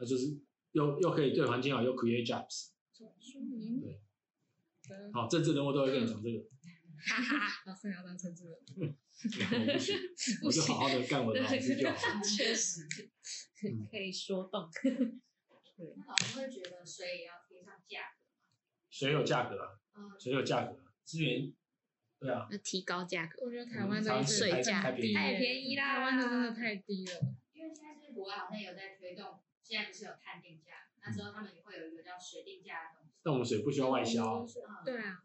Speaker 3: 那就是又又可以对环境好，又 create jobs。
Speaker 6: 说明
Speaker 3: 对好，政治人物都会跟你 讲这个，
Speaker 4: 哈哈，
Speaker 6: 老师你要当政治人物，
Speaker 3: 我不行，我就 好好的干我的老师就好。
Speaker 4: 确实
Speaker 3: 嗯
Speaker 4: 可以说动，
Speaker 5: 那老师会觉得水也要贴上价格
Speaker 3: 谁有价格啊？
Speaker 5: 吗？嗯，
Speaker 3: 谁有价格啊？资源，对啊，嗯
Speaker 4: 那提高价格，
Speaker 6: 我觉得台湾的一直
Speaker 4: 水价
Speaker 3: 太便宜
Speaker 4: 太便宜啦
Speaker 6: 台湾的真的太低了，
Speaker 5: 因为现在是国外好像有在推动，现在不是有碳定价，那时候他们也会有一个叫水定价的东西。
Speaker 3: 但我们水不需要外销啊，
Speaker 5: 嗯
Speaker 4: 对啊，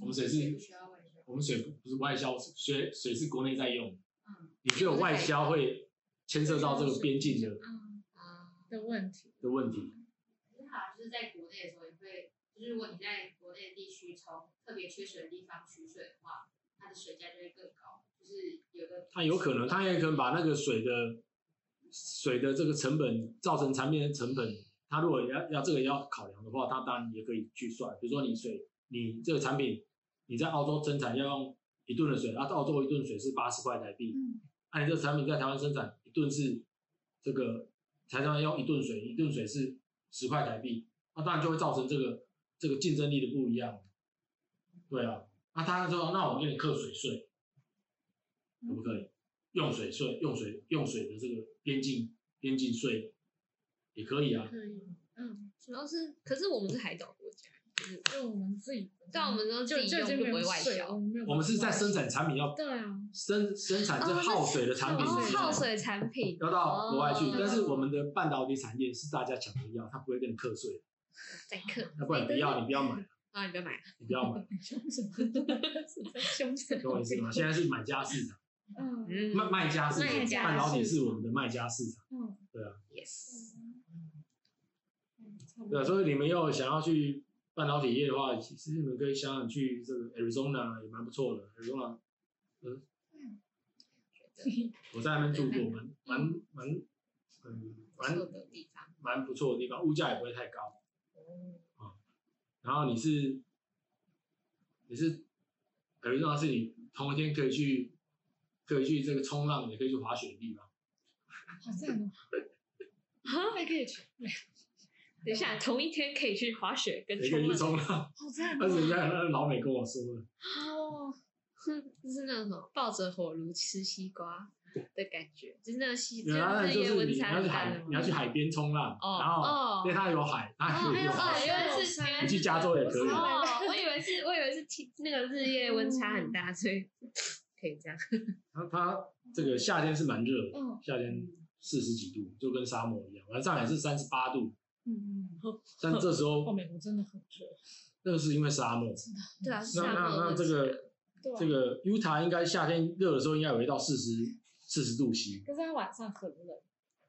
Speaker 3: 我们水
Speaker 5: 水不
Speaker 3: 是，
Speaker 5: 需要外销。
Speaker 3: 我们水不是外销，水水是国内在用。
Speaker 5: 嗯
Speaker 3: 你觉得外销会牵涉到这个边境的
Speaker 4: 嗯，
Speaker 5: 啊，
Speaker 4: 的问题，
Speaker 3: 的问题？
Speaker 5: 可是好像啊就是在国内的时候也会，就是如果你在国内地区从特别缺水的地方取水的话，它的水价就会更高，就是有个。
Speaker 3: 它有可能，它也可能把那个水的水的这个成本造成产品的成本，它如果要要这个要考量的话，它当然也可以去算。比如说你水，你这个产品你在澳洲生产要用一吨的水，那、澳洲一吨水是八十块台币，
Speaker 5: 嗯
Speaker 3: 那、你这个产品在台湾生产一吨是这个台湾要一吨水，一吨水是十块台币，那、当然就会造成这个这个竞争力的不一样。对啊，那他说那我给你课水税，可不可以？用水税、用水用水的这个边境边境税也可以啊。
Speaker 4: 可以，嗯，主要是，可是我们是海岛国家，就是
Speaker 2: 就我们自己，
Speaker 4: 但我们都自
Speaker 2: 就
Speaker 4: 己
Speaker 2: 就
Speaker 4: 用，
Speaker 2: 就
Speaker 4: 就
Speaker 2: 没
Speaker 4: 不
Speaker 2: 有
Speaker 4: 会外
Speaker 2: 水
Speaker 4: 销
Speaker 2: 我。们没有
Speaker 3: 我们是在生
Speaker 2: 办法外销
Speaker 3: 产产品要
Speaker 2: 对啊，
Speaker 3: 生生产这耗水的产品
Speaker 4: 哦，
Speaker 3: 是
Speaker 4: 耗水产品
Speaker 3: 要到国外去
Speaker 4: 哦，
Speaker 3: 但是我们的半导体产业是大家抢着要，它不会跟你课税，
Speaker 4: 在克，
Speaker 3: 那不然不要你不要买，
Speaker 4: 啊，你不要 买，
Speaker 3: 你不要买，
Speaker 2: 凶什么？是在凶什么？
Speaker 3: 懂我意思吗？现在是买家市场，
Speaker 2: 嗯
Speaker 4: 嗯，
Speaker 3: 卖卖家市
Speaker 4: 卖
Speaker 3: 场，
Speaker 4: 家
Speaker 3: 半导体
Speaker 2: 市
Speaker 3: 是我们的卖家市场，啊
Speaker 2: 嗯，
Speaker 4: ，yes，
Speaker 2: 差不
Speaker 3: 对
Speaker 2: 多
Speaker 3: 啊，所以你们要想要去半导体业的话，其实你们可以想想去这个 Arizona 也蛮不错的，Arizona 呃
Speaker 4: 嗯
Speaker 3: 我在那边住过，蛮蛮蛮，嗯，蛮
Speaker 4: 所有的地方，哦
Speaker 3: 蛮不错的地方，物价也不会太高。嗯，然后你是你是，比如说是你同一天可以去可以去这个冲浪，也可以去滑雪的地方。
Speaker 2: 好赞哦！还可以去，
Speaker 4: 啊 等一下，同一天可以去滑雪跟
Speaker 3: 也可以
Speaker 4: 冲
Speaker 3: 去
Speaker 4: 浪，
Speaker 3: 冲浪，
Speaker 2: 好赞
Speaker 3: 但是人
Speaker 2: 哦！
Speaker 3: 家那个老美跟我说的，
Speaker 2: 哦，
Speaker 4: 就是那种什么抱着火炉吃西瓜的感觉，就是那个西，
Speaker 3: 原来
Speaker 4: 那
Speaker 3: 就
Speaker 4: 个
Speaker 3: 是
Speaker 4: 温
Speaker 3: 你
Speaker 4: 差
Speaker 3: 要
Speaker 4: 很
Speaker 3: 去
Speaker 4: 大的
Speaker 3: 海，你要去海边冲浪，
Speaker 4: 哦
Speaker 3: 然后
Speaker 4: 哦
Speaker 3: 因为，它有海，它
Speaker 4: 哦，
Speaker 3: 也
Speaker 4: 还有
Speaker 3: 有
Speaker 4: 哦，
Speaker 3: 海，
Speaker 4: 原来是原来
Speaker 3: 你去
Speaker 4: 是
Speaker 3: 加州也可以。啊
Speaker 4: 哦，我以为是我以为是天那个日夜温差很大，所以 可以这样。
Speaker 3: 它它这个夏天是蛮热的，
Speaker 4: 哦
Speaker 2: 嗯
Speaker 3: 夏天四十几度，就跟沙漠一样，晚上也是三十八度，
Speaker 2: 嗯嗯，
Speaker 3: 但这时
Speaker 2: 哦，
Speaker 3: 候
Speaker 2: 美国真的很热，
Speaker 3: 那是因为沙漠，
Speaker 4: 对啊，
Speaker 3: 那
Speaker 4: 沙
Speaker 3: 那
Speaker 4: 漠
Speaker 3: 那
Speaker 4: 温
Speaker 3: 这
Speaker 4: 差
Speaker 3: 个
Speaker 2: 对啊
Speaker 3: 这个 Utah 应该夏天热的时候应该有到四十四十度 C，
Speaker 2: 可是它晚上很冷。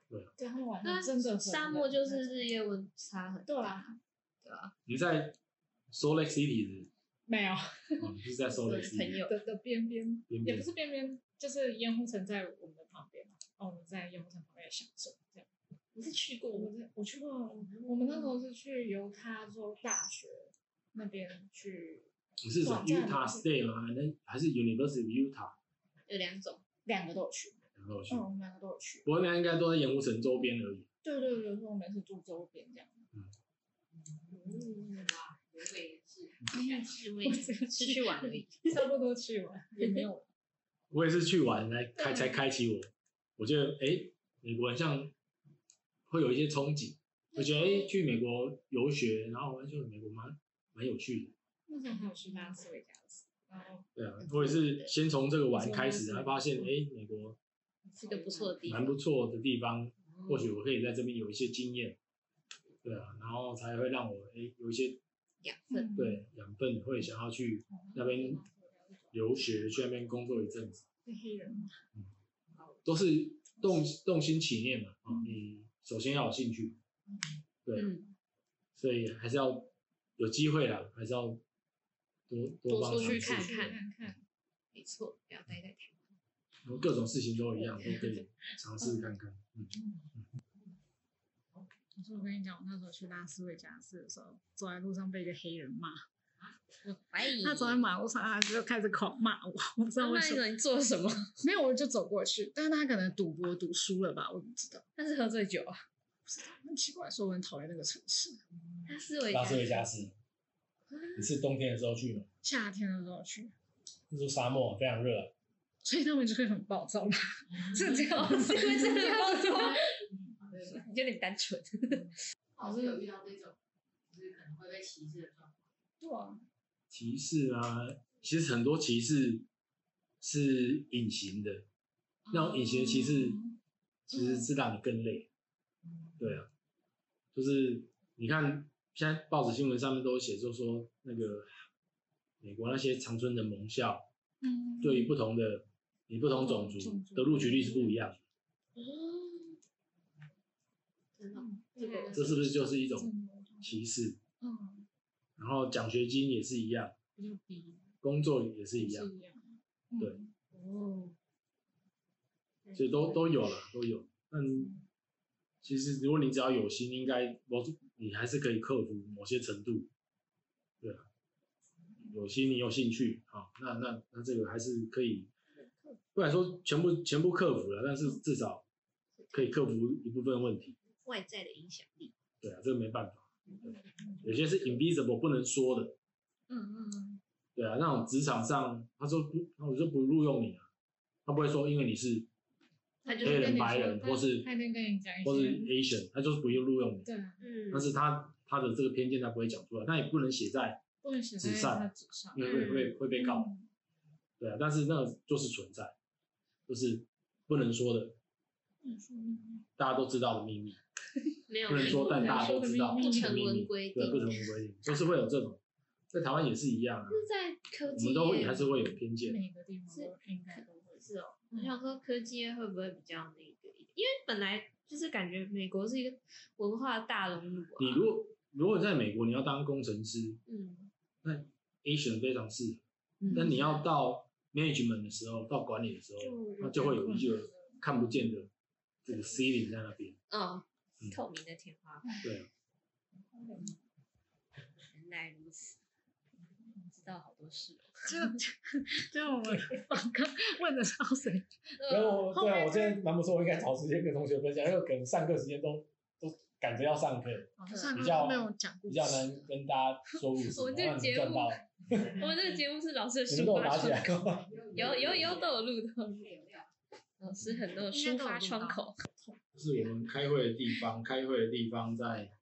Speaker 3: 对啊
Speaker 2: 对，它晚
Speaker 4: 那
Speaker 2: 上真的很冷。
Speaker 4: 沙漠就是日夜温差很大。
Speaker 2: 对啊，
Speaker 3: 你在 Salt Lake City 是
Speaker 2: 没有
Speaker 3: 不是，嗯你是在 Salt
Speaker 4: 我
Speaker 3: Lake
Speaker 4: 的朋
Speaker 3: City，
Speaker 4: 友，
Speaker 2: 的的边边，
Speaker 3: 边
Speaker 2: 也
Speaker 3: 边
Speaker 2: 不是边边，就是盐湖城在我们的旁边嘛。哦，我们在盐湖城旁边享受这样。
Speaker 4: 你是去
Speaker 2: 我
Speaker 4: 过？
Speaker 2: 们在我去过，我们那时候是去犹他州大学那边去
Speaker 3: 你是从
Speaker 2: 网站
Speaker 3: Utah State 吗？还是还是 University of Utah？
Speaker 4: 有两种，
Speaker 2: 两个都有去，
Speaker 3: 然后去
Speaker 2: 嗯，，我们两个都有去。
Speaker 3: 不过那应该都在盐湖城周边而已。
Speaker 2: 对对对，所以我们是住周边这样。
Speaker 5: 哇，有鬼也是。
Speaker 4: 是 为是去 玩而已。
Speaker 2: 差不多去完也没有，
Speaker 3: 我也是去玩来开才开启我，我觉得诶，美国好像会有一些憧憬，我觉得诶，去美国游学，然后我就美国蛮蛮有趣的。
Speaker 2: 那时候还有去拉斯维加斯，然后
Speaker 3: 对啊，我也是先从这个玩开始，
Speaker 2: 嗯
Speaker 3: 才发现诶，美国
Speaker 4: 是个不错的地
Speaker 3: 蛮
Speaker 4: 方。
Speaker 3: 不错的地方，
Speaker 2: 嗯
Speaker 3: 或许我可以在这边有一些经验，对啊，然后才会让我诶有一些
Speaker 4: 养分。
Speaker 2: 嗯，
Speaker 3: 对养分，会想要去
Speaker 4: 哦
Speaker 3: 那边留学，去那边工作一阵子。嗯
Speaker 2: 是黑人嘛，
Speaker 3: 都是动动心起念嘛，啊、你首先要有兴趣，对，
Speaker 4: 嗯，
Speaker 3: 所以还是要有机会啦，还是要多
Speaker 4: 多
Speaker 3: 帮
Speaker 4: 出
Speaker 3: 忙
Speaker 4: 去
Speaker 3: 试
Speaker 4: 看
Speaker 3: 试
Speaker 4: 看
Speaker 2: 看看，
Speaker 4: 没错，不要待在台湾。
Speaker 3: 然后各种事情都一样，都可以尝试看看。嗯，
Speaker 2: 我说我跟你讲，我那时候去拉斯维加斯的时候，走在路上被一个黑人骂，
Speaker 4: 哎，
Speaker 2: 他走在马路上，他就开始狂骂我，我不知道为
Speaker 4: 那
Speaker 2: 什
Speaker 4: 你
Speaker 2: 么。
Speaker 4: 说你做了什么？
Speaker 2: 没有，我就走过去，但是他可能赌博赌输了吧，我不知道。
Speaker 4: 他是喝醉酒啊？
Speaker 2: 很奇怪，说我很讨厌那个城市。
Speaker 4: 他是维
Speaker 3: 拉斯维加斯，你是冬天的时候去吗？
Speaker 2: 夏天的时候去，
Speaker 3: 那时候沙漠非常热啊、
Speaker 2: 所以他们就会很暴躁啦，是这样
Speaker 4: 哦，是
Speaker 2: 子。
Speaker 4: 因为 这个包 装
Speaker 5: 对
Speaker 2: 嗯
Speaker 4: 有点单纯。
Speaker 5: 老师有遇到这种，就是可能会被歧视的状况。
Speaker 2: 对啊，
Speaker 3: 歧视啊，其实很多歧视是隐形的，那种隐形
Speaker 2: 哦
Speaker 3: 的
Speaker 2: 嗯
Speaker 3: 歧视其实是让你更累。对啊，就是你看现在报纸新闻上面都有写，就说那个美国那些常春的盟校，
Speaker 2: 嗯
Speaker 3: 对于不同的你不同种族
Speaker 2: 种族
Speaker 3: 的录取率是不一样的，
Speaker 4: 哦真的哦，
Speaker 5: 这个
Speaker 3: 嗯这是不是就是一种
Speaker 2: 嗯
Speaker 3: 歧视？
Speaker 2: 嗯，
Speaker 3: 然后奖学金也是一样，
Speaker 2: 比较低，
Speaker 3: 工作也是一样，
Speaker 2: 是一样，
Speaker 3: 对
Speaker 2: 嗯，
Speaker 4: 哦，
Speaker 3: 所以都都有了，都有。但其实如果你只要有心，应该某你还是可以克服某些程度，对啊。有心，你有兴趣啊，那那那这个还是可以，不敢说全部全部克服了，但是至少可以克服一部分问题。
Speaker 4: 外在的影响力，嗯
Speaker 3: 对啊，这个没办法，对有些是 invisible 不能说的，
Speaker 2: 嗯嗯嗯，
Speaker 3: 对啊，那种职场上，他说不，那我就不录用你啊，他不会说因为你是
Speaker 2: 他
Speaker 3: 黑人、白人或是
Speaker 2: 他一定跟你讲一
Speaker 3: 或是
Speaker 2: 些，
Speaker 3: Asian，他就是不用录用你，
Speaker 2: 对啊，
Speaker 1: 嗯
Speaker 3: 但是他他的这个偏见他不会讲出来，那也不能写在，
Speaker 2: 不能写在
Speaker 3: 纸上
Speaker 2: 他纸上，
Speaker 3: 因为会会会被告，
Speaker 2: 嗯
Speaker 3: 对啊，但是那个就是存在，就是不能说的，
Speaker 2: 嗯说明
Speaker 3: 大家都知道的秘密，
Speaker 4: 没有
Speaker 3: 不能说，但大家都知道
Speaker 4: 不成
Speaker 3: 的秘密
Speaker 4: 文规
Speaker 3: 对，
Speaker 4: 定
Speaker 3: 不成文规定，就是会有这种，在台湾也是一样啊，
Speaker 4: 在科
Speaker 3: 我
Speaker 4: 技
Speaker 3: 们都会
Speaker 4: 业
Speaker 3: 还是会有偏见，
Speaker 2: 每个地方都应该都会，
Speaker 4: 是哦，我想说科技业会不会比较那个一点？因为本来就是感觉美国是一个文化大熔炉啊，
Speaker 3: 你如果如果在美国你要当工程师
Speaker 4: 嗯，
Speaker 3: ，Asian 非常适合。
Speaker 2: 嗯
Speaker 3: 但你要到 management 的时候，到管理的时候
Speaker 4: 就，
Speaker 3: 那就会有一个看不见的这个 ceiling 在那边。
Speaker 4: 哦
Speaker 3: 嗯，
Speaker 4: 透明的天花板，
Speaker 3: 对啊，啊
Speaker 4: 原来如此，知道好多事哦。
Speaker 2: 就就我们刚刚问的超神，
Speaker 3: 然
Speaker 4: 呃
Speaker 3: 后对啊，我今天蛮不错，我应该找时间跟同学分享，因为可能上课时间都都赶着要上课，
Speaker 2: 好像
Speaker 3: 比
Speaker 2: 都
Speaker 3: 较
Speaker 2: 没有讲过
Speaker 3: 比，较难跟大家说故事，
Speaker 4: 我们这
Speaker 3: 然后你
Speaker 4: 节
Speaker 3: 赚
Speaker 4: 目
Speaker 3: 到，
Speaker 4: 我们这个节目是老师的
Speaker 3: 你们
Speaker 4: 抒
Speaker 3: 都有
Speaker 4: 发
Speaker 3: 打起
Speaker 4: 窗
Speaker 3: 来
Speaker 4: 口，
Speaker 3: 吗？
Speaker 4: 有有有都有录到，
Speaker 5: 有料，
Speaker 2: 嗯
Speaker 4: 老师很多
Speaker 2: 应该都有
Speaker 4: 抒发
Speaker 2: 录
Speaker 4: 窗
Speaker 2: 到
Speaker 4: 口，
Speaker 3: 是我们开会的地方，开会的地方在，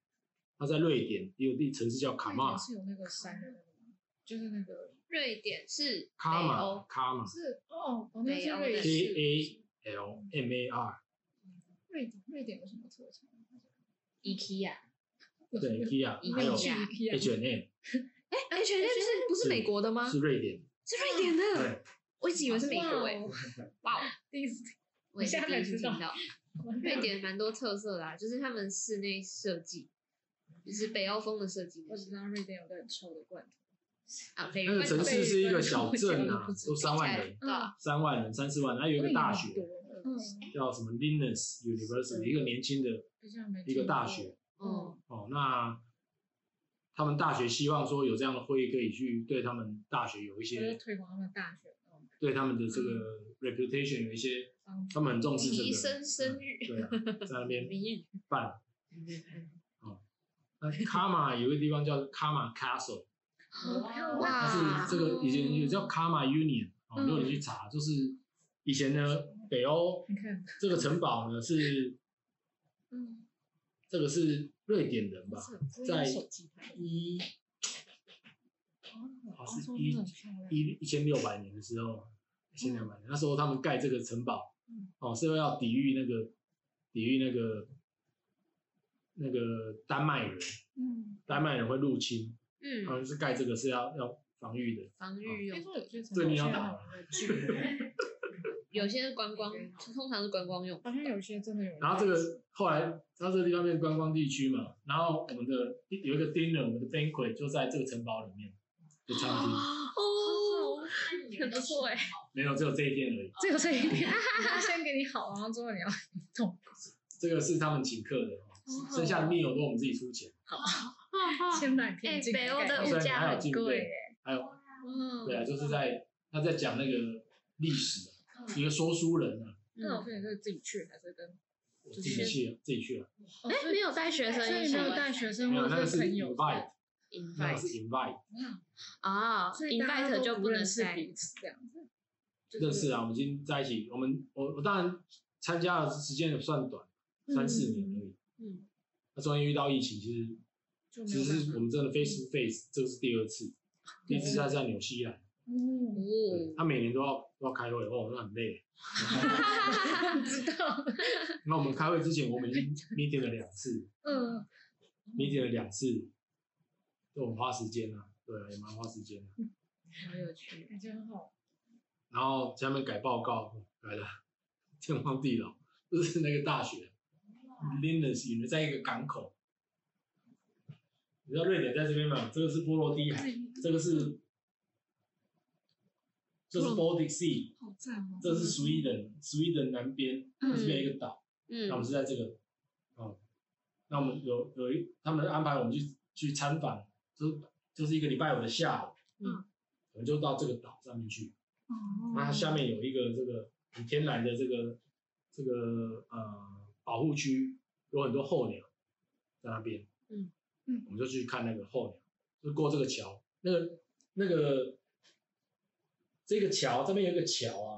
Speaker 3: 它在瑞典，有地城市叫卡玛
Speaker 2: 也，是有那个山的那个吗，就是那个
Speaker 4: 瑞典是
Speaker 3: 卡
Speaker 4: 北
Speaker 3: 玛
Speaker 4: 欧，
Speaker 3: 卡玛
Speaker 2: 是哦，哦那是
Speaker 4: 北欧的
Speaker 2: 瑞
Speaker 3: K
Speaker 2: 士，
Speaker 3: A L M A R，
Speaker 2: 瑞典瑞典有什么特产？啊
Speaker 4: IKEA，
Speaker 2: 有
Speaker 3: 对
Speaker 2: 有
Speaker 3: ，IKEA，还有
Speaker 4: 有 去
Speaker 2: IKEA
Speaker 3: H and
Speaker 4: 哎，H&M 是不
Speaker 3: 是
Speaker 4: 是美国的吗
Speaker 3: M，？是瑞典，
Speaker 4: 是瑞典的，
Speaker 3: 对，
Speaker 4: 我一直以为是美国哎，
Speaker 2: 哇哦
Speaker 4: 哇哦，
Speaker 2: 第一次听
Speaker 4: 我也是
Speaker 2: 你现在
Speaker 4: 第一
Speaker 2: 才
Speaker 4: 次
Speaker 2: 知
Speaker 4: 听
Speaker 2: 道
Speaker 4: 到。瑞典蛮多特色啦、就是他们室内设计，就是北欧风的设计
Speaker 2: 我只知道瑞典有个很臭的罐头，
Speaker 4: 啊。北
Speaker 3: 那个城市嗯是一个小镇啊，都三万人，
Speaker 4: 对啊，
Speaker 3: 三万人、三四万人，还有一个大学
Speaker 2: 瑞典很多，嗯，
Speaker 3: 叫什么 Linus University，一个年轻的
Speaker 2: 比较没
Speaker 3: 一个大学
Speaker 4: 嗯，
Speaker 3: 哦。那他们大学希望说有这样的会议可以去对他们大学有一
Speaker 2: 听过，
Speaker 4: 嗯
Speaker 2: 我就
Speaker 3: 些
Speaker 2: 推广他们大学那种
Speaker 3: 对他们的这个 reputation 有一些，
Speaker 2: 方法
Speaker 3: 他们很重视这
Speaker 4: 嗯提
Speaker 3: 个，
Speaker 4: 升生育，
Speaker 3: 对啊，在那 边
Speaker 4: 名誉，
Speaker 3: 办。
Speaker 4: 嗯
Speaker 3: 哦那 Kama 有一个地方叫 Kama Castle，
Speaker 2: 好漂亮，
Speaker 3: 它
Speaker 4: 哇
Speaker 3: 是这个以前有叫 Kama Union 哦，
Speaker 2: 啊嗯
Speaker 3: 如果你去查，就是以前的北欧
Speaker 2: 你看，
Speaker 3: 这个城堡呢是
Speaker 2: 嗯，
Speaker 3: 这个是瑞典人吧，在
Speaker 2: 手机拍，
Speaker 3: 一
Speaker 2: 哦
Speaker 3: 好像
Speaker 2: 欧
Speaker 3: 是
Speaker 2: 洲
Speaker 3: 一
Speaker 2: 真的很漂亮，
Speaker 3: 一一千六百年的时候，一千两百年那时候他们盖这个城堡
Speaker 2: 嗯，
Speaker 3: 哦是要抵御那个抵御那个那个丹麦人，
Speaker 2: 嗯，
Speaker 3: 丹麦人会入侵，他
Speaker 4: 嗯，
Speaker 3: 们是盖这个是要要防御的。
Speaker 4: 防御
Speaker 2: 听
Speaker 4: 用，
Speaker 2: 说有些城
Speaker 3: 对
Speaker 2: 市
Speaker 3: 你要
Speaker 2: 现在
Speaker 3: 打
Speaker 2: 有那个剧，
Speaker 4: 有些是观光，通常是观光用，
Speaker 2: 好像有些真的有人，
Speaker 3: 然后这个后来，它这个地方变观光地区嘛，然后我们的有一个 dinner，我们的 banquet 就在这个城堡里面的餐厅，
Speaker 4: 哦，很不错哎，
Speaker 3: 没有，只有这一天而已。
Speaker 2: 只有这一 点，他先给你好，然后之后你要痛，
Speaker 3: 这个是他们请客的哦，剩下的 meal 都我们自己出钱，
Speaker 2: 千百
Speaker 4: 哎
Speaker 2: 平进，嗯
Speaker 4: 北欧的
Speaker 3: 虽
Speaker 4: 物
Speaker 3: 然
Speaker 4: 价
Speaker 3: 还有
Speaker 4: 很
Speaker 3: 进
Speaker 2: 贵
Speaker 3: 对
Speaker 2: 耶，
Speaker 3: 还有
Speaker 4: 嗯，
Speaker 3: 对啊，就是在他在讲那个历史啊，一个说书人啊，
Speaker 2: 那老师你是自己去还是跟？
Speaker 3: 我自己去啊，自己去啊，
Speaker 2: 哎
Speaker 4: 哎，没有带学
Speaker 2: 所
Speaker 4: 生一
Speaker 2: 以
Speaker 4: 起
Speaker 2: 没有
Speaker 4: 吗
Speaker 2: 带学生
Speaker 3: 没有
Speaker 2: 或
Speaker 3: 那个
Speaker 2: 者
Speaker 3: 是
Speaker 2: 朋友，
Speaker 3: invite，那个是
Speaker 4: invite
Speaker 3: invite，
Speaker 4: 啊
Speaker 2: 所以大家
Speaker 4: ，invite
Speaker 2: 都
Speaker 4: 就
Speaker 2: 不
Speaker 4: 不能
Speaker 2: 认识
Speaker 4: 带，
Speaker 2: 彼此这样子。
Speaker 3: 认识啊，我们已经在一起，我们我我当然参加的时间也算短，三四年而已，
Speaker 4: 嗯，
Speaker 3: 那中间遇到疫情，其实
Speaker 2: 就没
Speaker 3: 其
Speaker 2: 有
Speaker 3: 实是
Speaker 2: 办法。嗯
Speaker 3: 我
Speaker 2: 哦
Speaker 3: 们真的 face to face，这是第二次，第一次在在纽西兰，
Speaker 2: 嗯，
Speaker 4: 哦，
Speaker 3: 他每年都要都要开会，哦，那 很累。
Speaker 2: 知道。
Speaker 3: 那我们开会之前，我们已经 meeting 了两次，
Speaker 2: 嗯，
Speaker 3: meeting 了两次，就很花时间啊，对啊，也蛮花时间的。
Speaker 4: 好有趣。
Speaker 2: 感觉很好。
Speaker 3: 然后下面改报告，改了 天荒地老，就是那个大学 l i n u s 你们在一个港口，你知道瑞典在这边吗？这个是波罗的海，这个是这是 Baltic Sea，
Speaker 2: 好赞哦！
Speaker 3: 这是 Sweden，Sweden 南边这边有一个岛，那我
Speaker 1: 嗯
Speaker 3: 们是在这个，哦，那我们有有一他们安排我们去去参访，就是就是一个礼拜五的下午，
Speaker 1: 嗯，
Speaker 3: 我们就到这个岛上面去，
Speaker 2: 哦
Speaker 3: 那它下面有一个这个很天然的这个这个呃保护区，有很多候鸟在那边，
Speaker 1: 嗯
Speaker 2: 嗯
Speaker 3: 我们就去看那个候鸟，就过这个桥，那个那个这个桥这边有一个桥啊，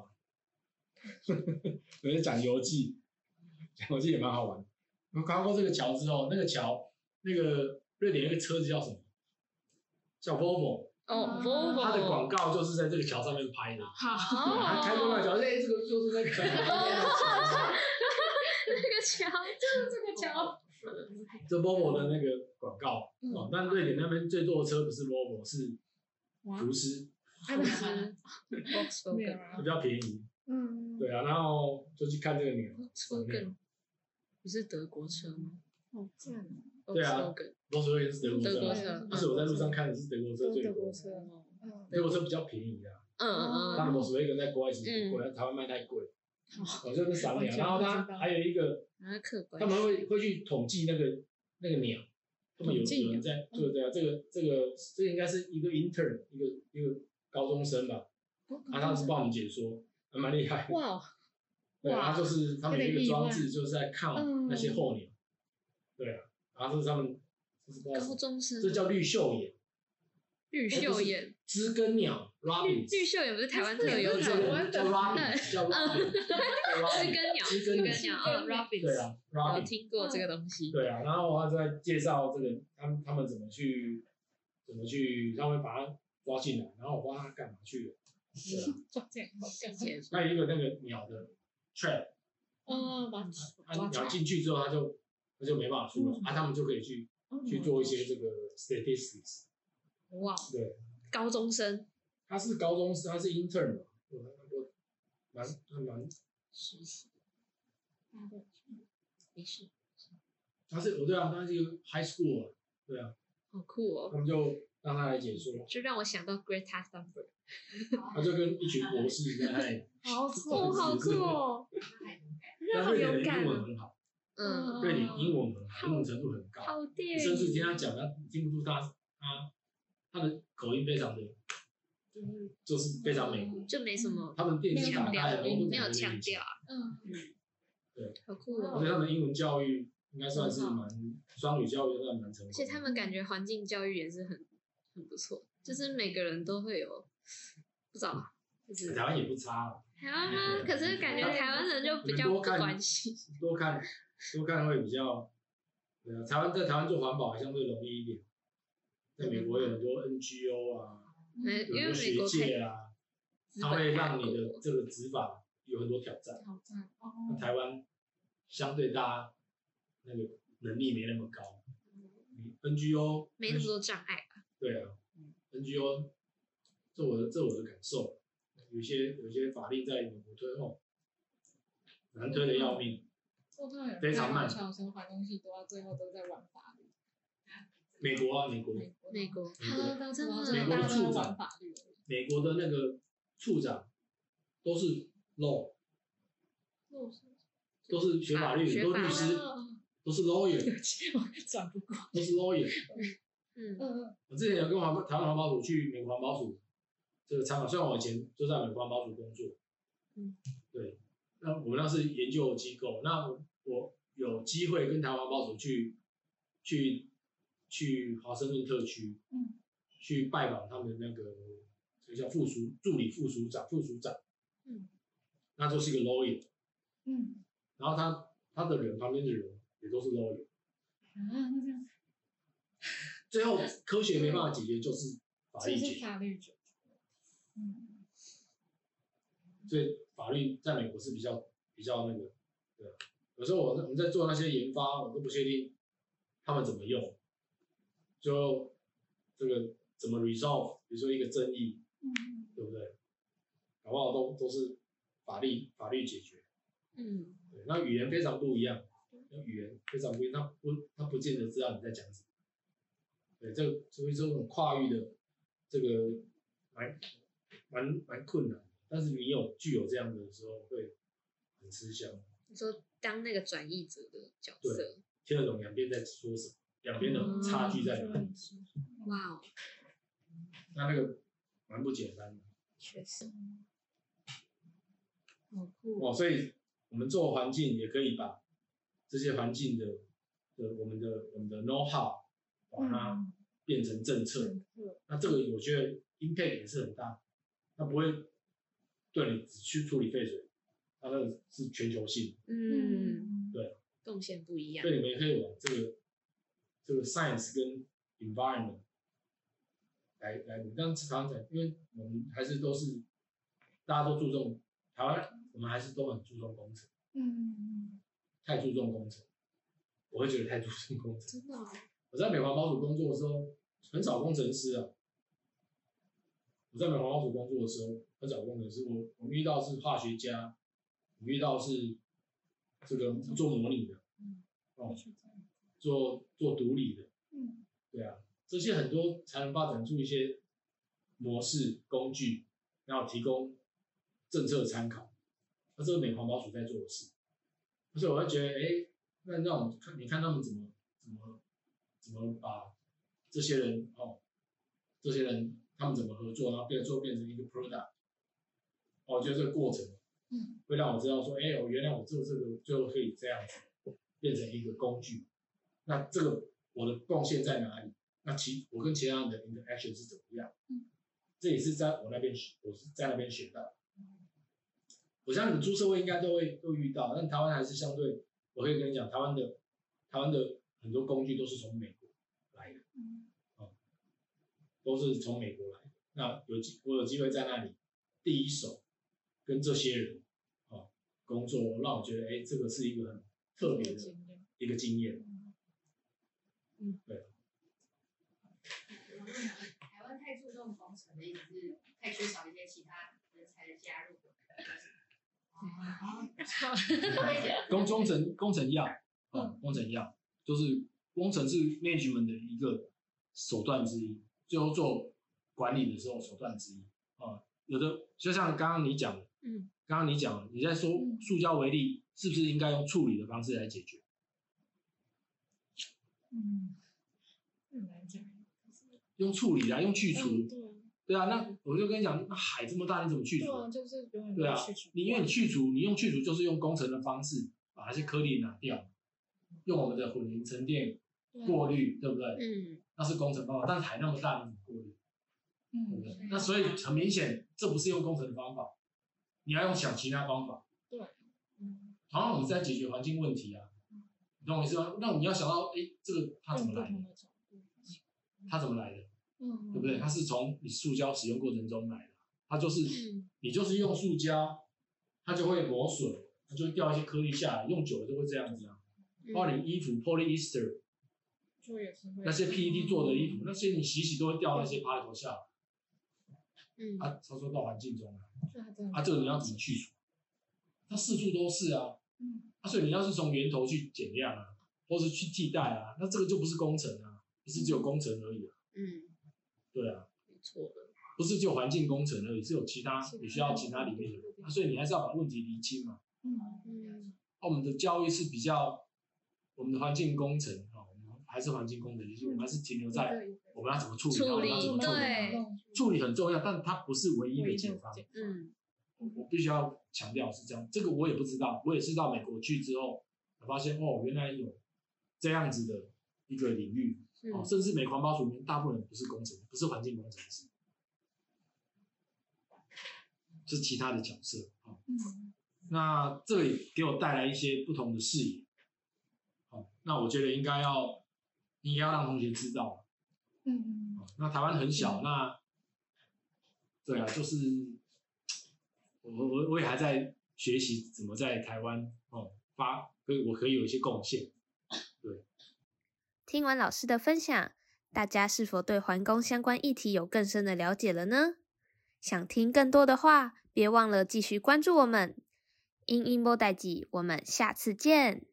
Speaker 3: 有在讲游记，讲游记也蛮好玩的。我跨过这个桥之后，那个桥那个瑞典那个车子叫什么？叫 Volvo，
Speaker 4: 嗯
Speaker 1: 哦
Speaker 3: 它的
Speaker 1: ，Volvo，
Speaker 3: 广告就是在这个桥上面拍的。
Speaker 2: 好，
Speaker 3: 对，他开过那
Speaker 4: 哦
Speaker 3: 桥，哎、这个就是那个
Speaker 2: 就是这个桥。
Speaker 3: 这 Volvo 的那个广告、
Speaker 2: 嗯
Speaker 3: 哦。但瑞典那边最多的车不是 Volvo，是
Speaker 2: 哇
Speaker 3: 福斯，
Speaker 4: 嗯就是
Speaker 2: 没有
Speaker 4: Volkswagen，
Speaker 2: 啊
Speaker 3: 比较便宜。
Speaker 2: 嗯，
Speaker 3: 对啊，然后就去看这个鸟
Speaker 4: Volkswagen 不是德国车吗
Speaker 2: 好赞哦。
Speaker 3: 对啊
Speaker 4: ？Volkswagen，
Speaker 3: ，Volkswagen 是德国
Speaker 4: 德
Speaker 3: 车
Speaker 4: 国
Speaker 3: 啊，
Speaker 4: 车，
Speaker 3: 但是我在路上看的是德国车
Speaker 2: 都
Speaker 3: 最
Speaker 2: 德
Speaker 3: 多，
Speaker 2: 国车，嗯，
Speaker 3: 德国车比较便宜啊。
Speaker 1: 嗯嗯
Speaker 3: 它
Speaker 1: 嗯，
Speaker 3: 的 Volkswagen 在国外其实很贵，在台湾卖太贵。我就是赏
Speaker 2: 完
Speaker 3: 鸟，
Speaker 2: 全
Speaker 3: 然后
Speaker 2: 不嗯
Speaker 3: 它
Speaker 2: 知道嗯
Speaker 3: 还有一个，
Speaker 4: 然后啊客观
Speaker 3: 他们会会去统计那个那个鸟，他们有
Speaker 2: 统计
Speaker 3: 有人
Speaker 2: 鸟
Speaker 3: 在
Speaker 4: 嗯
Speaker 3: 对对啊，这个这个这个应该是一个 intern，一个一个高中生吧，
Speaker 4: 哦
Speaker 3: 啊，他是帮我们解说，还蛮厉害的。
Speaker 4: 哇哦，
Speaker 3: 对，
Speaker 4: 哇
Speaker 3: 他就是他们有一个装置，就是在看
Speaker 2: 嗯
Speaker 3: 那些候鸟。对啊，然后这是他们，这是不知道什
Speaker 4: 高
Speaker 3: 么
Speaker 4: 中生
Speaker 3: 这叫绿袖眼，
Speaker 4: 绿袖眼，
Speaker 3: 知更鸟
Speaker 4: 绿
Speaker 3: robin，
Speaker 4: 绿袖眼不是台湾特有
Speaker 3: 有
Speaker 4: 种
Speaker 3: 这
Speaker 4: 吗？
Speaker 3: 个叫 robin，叫 robin，叫
Speaker 4: 嗯知
Speaker 3: robin，
Speaker 4: 更鸟，
Speaker 3: 知
Speaker 4: 知
Speaker 3: 更鸟
Speaker 4: 更，鸟啊，Robin，
Speaker 3: 对啊
Speaker 4: 我
Speaker 3: ，robin，
Speaker 4: 听过这个东西，
Speaker 3: 对啊，然后他在介绍这个他们他们怎么去怎么去，他们把它抓进来，然后我不知道他干嘛去了。对啊，
Speaker 2: 撞见好感
Speaker 4: 解说
Speaker 3: 还有一个那个鸟的 trap，
Speaker 2: 哦，把
Speaker 3: 啊，鸟进去之后，它就它就没办法出来，啊，他们就可以去去做一些这个 statistics。
Speaker 4: 哇，
Speaker 3: 对，
Speaker 4: 高中生
Speaker 3: 他是高中生，他是 intern 嘛，我我蛮还蛮，
Speaker 4: 实习，嗯没事，
Speaker 3: 他是我对啊，他是一个 high school，啊对啊，
Speaker 4: 好酷
Speaker 3: 他
Speaker 4: 哦，
Speaker 3: 们就让他来解说，
Speaker 4: 就让我想到 Greta Thunberg，
Speaker 3: 他就跟一群博士在那里，
Speaker 2: 好
Speaker 4: 哦， 好酷哦，
Speaker 3: 但瑞典的英
Speaker 4: 啊
Speaker 3: 文很好，
Speaker 4: 嗯，
Speaker 3: 瑞典英文很好，英文程度很高，
Speaker 4: 好电
Speaker 3: 你
Speaker 4: 影，
Speaker 3: 甚至听他讲，他听不出他他他的口音非常的，就是就是非常美国，
Speaker 4: 就没什么
Speaker 3: 他们电视嗯打
Speaker 4: 强
Speaker 3: 开
Speaker 4: 调，
Speaker 3: 了，我都
Speaker 4: 没有
Speaker 3: 感觉
Speaker 4: 强
Speaker 3: 很
Speaker 4: 调啊，
Speaker 2: 嗯，
Speaker 4: 好酷
Speaker 3: 而
Speaker 4: 哦
Speaker 3: 且。他们英文教育应该算是蛮双语教育，算蛮成功的。
Speaker 4: 而且他们感觉环境教育也是很很不错，就是每个人都会有，不知道啊，就是
Speaker 3: 台湾也不差啊，
Speaker 4: 台湾吗？可是感觉台湾人就比
Speaker 3: 你们
Speaker 4: 较不
Speaker 3: 多看
Speaker 4: 关心，
Speaker 3: 多看多看会比较。对啊，台湾在台湾做环保还相对容易一点，在美国有很多 NGO 啊，
Speaker 4: 呃因
Speaker 3: 有很多
Speaker 4: 为美
Speaker 3: 学
Speaker 4: 国
Speaker 3: 界
Speaker 4: 太
Speaker 3: 啊，
Speaker 4: 资
Speaker 3: 它
Speaker 4: 本
Speaker 3: 会
Speaker 4: 太
Speaker 3: 让你的
Speaker 4: 过
Speaker 3: 这个执法有很多挑 战。
Speaker 2: 好赞
Speaker 3: 那
Speaker 2: 哦，
Speaker 3: 台湾相对大家那个能力没那么高，你 NGO
Speaker 4: 嗯没那么多障碍吧。嗯
Speaker 3: 对啊，NGO，这我的这我的感受，有些有些法令在美国推后，难推的要
Speaker 4: 嗯
Speaker 3: 命。
Speaker 2: 我看到有人
Speaker 3: 非常慢
Speaker 2: 小学把东西都到最后都在玩法律，
Speaker 3: 美国啊，美国，
Speaker 2: 美国
Speaker 4: 美国
Speaker 3: 美国
Speaker 2: 到
Speaker 4: 哦真的
Speaker 2: 最后大家都在
Speaker 3: 美国的处长
Speaker 2: 玩法律而已，
Speaker 3: 美国的那个处长都是 law，都是学法律，
Speaker 2: 啊
Speaker 4: 学
Speaker 3: 都
Speaker 4: 法
Speaker 3: 律师，都是 lawyer，
Speaker 2: 转不过，
Speaker 3: 都是 lawyer。
Speaker 4: 嗯，
Speaker 2: 嗯
Speaker 3: 我之前有跟环保台湾环保署去美国环保署这个参访，虽然我以前就在美国环保署工作，
Speaker 4: 嗯，
Speaker 3: 对，那我们那是研究机构，那我我有机会跟台湾环保署去去去华盛顿特区，
Speaker 2: 嗯，
Speaker 3: 去拜访他们那个这个叫副署助理副署长副署长，
Speaker 4: 嗯，
Speaker 3: 那就是一个 lawyer，
Speaker 2: 嗯
Speaker 3: 然后他他的人旁边的人也都是 lawyer，
Speaker 2: 啊，那这样
Speaker 3: 最后科学没办法解决，就是法
Speaker 2: 这
Speaker 3: 律解
Speaker 2: 是
Speaker 3: 决。
Speaker 2: 法律解决，嗯，
Speaker 3: 所以法律在美国是比较比较那个，对啊。有时候我我们在做那些研发，我都不确定他们怎么用，就这个怎么 resolve，比如说一个争议，
Speaker 6: 嗯
Speaker 3: 对不对？搞不好都都是法律法律解决。
Speaker 6: 嗯，
Speaker 3: 对，那语言非常不一样，那语言非常不一样，他不他不见得知道你在讲什么。对，这个所以这种跨域的这个蛮蛮蛮困难，但是你有具有这样的时候会很吃香，
Speaker 4: 你说当那个转译者的角色，
Speaker 3: 听得懂两边在说什么，两边的差距
Speaker 2: 嗯
Speaker 3: 在哪里，
Speaker 4: 哇哦，
Speaker 3: 那那个蛮不简单的。
Speaker 4: 确实，
Speaker 3: 哦，所以我们做环境也可以把这些环境的的我们的我们的 know how 把它变成嗯政策。那这个我觉得 impact 也是很大，它不会对你只去处理废水，它那个是全球性，
Speaker 4: 嗯，
Speaker 3: 对，
Speaker 4: 贡献不一样，
Speaker 3: 所以你们也可以往这个这个 science 跟 environment 来来努力。但是常常讲，因为我们还是都是大家都注重台湾，我们还是都很注重工程。
Speaker 2: 嗯，
Speaker 3: 太注重工程，我会觉得太注重工程。
Speaker 4: 真的哦，
Speaker 3: 我在美环保署工作的时候，很少工程师啊。我在美环保署工作的时候，很少工程师。我我们遇到是化学家，我们遇到是这个做模拟的，哦，做做独立的，
Speaker 2: 嗯，
Speaker 3: 对啊，这些很多才能发展出一些模式工具，然后提供政策参考。那这个美环保署在做的事，所以我会觉得，哎、那那我们看，你看他们怎么怎么怎么把这些人哦，这些人他们怎么合作，然后变做变成一个 product。哦，我觉得这个过程，
Speaker 2: 嗯，
Speaker 3: 会让我知道说，哎、我原来我做这个最后可以这样子变成一个工具。那这个我的贡献在哪里？那其我跟其他人的 interaction 是怎么样？
Speaker 2: 嗯，
Speaker 3: 这也是在我那边学，我是在那边学到的。我相信你出社会应该都会都遇到，但台湾还是相对，我可以跟你讲，台湾的台湾的很多工具都是从美国来的，嗯，都是从美国来的。那有机我有机会在那里第一手跟这些人哦工作，让我觉得哎、诶这个是一个很特别的一个经验。
Speaker 5: 我问啊台湾太注重工程的意思是太缺少一些其他人才的加入。
Speaker 3: 工工程工程要，
Speaker 2: 嗯
Speaker 3: 哦，工程要，就是工程是 management 的一个手段之一，最后做管理的时候手段之一啊、哦有的就像刚刚你讲的，
Speaker 4: 嗯，
Speaker 3: 刚刚你讲的，你在说
Speaker 2: 嗯
Speaker 3: 塑胶为例，是不是应该用处理的方式来解决？
Speaker 2: 嗯，很难讲，
Speaker 3: 用处理啊，用去除，
Speaker 2: 嗯对啊
Speaker 3: 对啊，那我就跟你讲，那海这么大，你怎么去除？
Speaker 2: 对啊，就是永远
Speaker 3: 对啊
Speaker 2: 都去，
Speaker 3: 你因为你去除，你用去除就是用工程的方式把那些颗粒拿掉，用我们的混凝沉淀
Speaker 2: 对啊
Speaker 3: 过滤，对不对？
Speaker 4: 嗯，
Speaker 3: 那是工程方法，但是海那么大，你怎么过滤？对
Speaker 2: 嗯，
Speaker 3: 不对？那所以很明显，这不是用工程的方法，你要用想其他方法。
Speaker 2: 对，
Speaker 3: 嗯，好像我们在解决环境问题啊，你懂我意思吗？那你要想到，哎，这个它怎
Speaker 2: 嗯用
Speaker 3: 么
Speaker 2: 不
Speaker 3: 来的
Speaker 2: 同？的角度，
Speaker 3: 它怎么来的？
Speaker 2: 嗯，
Speaker 3: 对不对？它是从你塑胶使用过程中来的，它
Speaker 2: 嗯
Speaker 3: 就是
Speaker 4: 嗯
Speaker 3: 你就是用塑胶，它就会磨损，它就会掉一些颗粒下来，用久了就会这样子啊。
Speaker 4: 嗯
Speaker 3: 包括你衣服 polyester
Speaker 2: 嗯就也是会嗯
Speaker 3: 那些 PET 做的衣服，那些你洗洗都会掉那些 particle 下来，啊
Speaker 4: 嗯
Speaker 3: 它它收到环境中来。
Speaker 2: 就它真的
Speaker 3: 啊，这个你要怎么去除？它四处都是啊，
Speaker 2: 嗯
Speaker 3: 啊，所以你要是从源头去减量啊，或是去替代啊，那这个就不是工程啊，不是只有工程而已啊，
Speaker 4: 嗯，
Speaker 3: 对啊，
Speaker 4: 没错了，
Speaker 3: 不是只有环境工程而已，是有其他
Speaker 2: 其他
Speaker 3: 也需要其他里面的人、啊，所以你还是要把问题厘清嘛。
Speaker 2: 嗯
Speaker 4: 嗯，
Speaker 3: 啊、我们的教育是比较，我们的环境工程啊、我们还是环境工程，就是我们还是停留在我们要怎么处理，
Speaker 4: 处
Speaker 3: 然后我们
Speaker 4: 理
Speaker 3: 要怎么处理
Speaker 4: 对
Speaker 3: 它，处理很重要，但它不是唯一的解方。
Speaker 4: 嗯，
Speaker 3: 我我必须要强调是这样，这个我也不知道，我也是到美国去之后，我发现哦，原来有这样子的一个领域，哦，
Speaker 4: 嗯，
Speaker 3: 甚至美环保署里面大部分人不是工程，不是环境工程师，是其他的角色哦。
Speaker 2: 嗯
Speaker 3: 那这里给我带来一些不同的视野，哦，那我觉得应该要应该要让同学知道，
Speaker 2: 嗯
Speaker 3: 哦那台湾很小，那对啊，就是我我我也还在学习怎么在台湾哦发，可以我可以有一些贡献。
Speaker 1: 听完老师的分享，大家是否对环工相关议题有更深的了解了呢？想听更多的话，别忘了继续关注我们。因音波代记，我们下次见。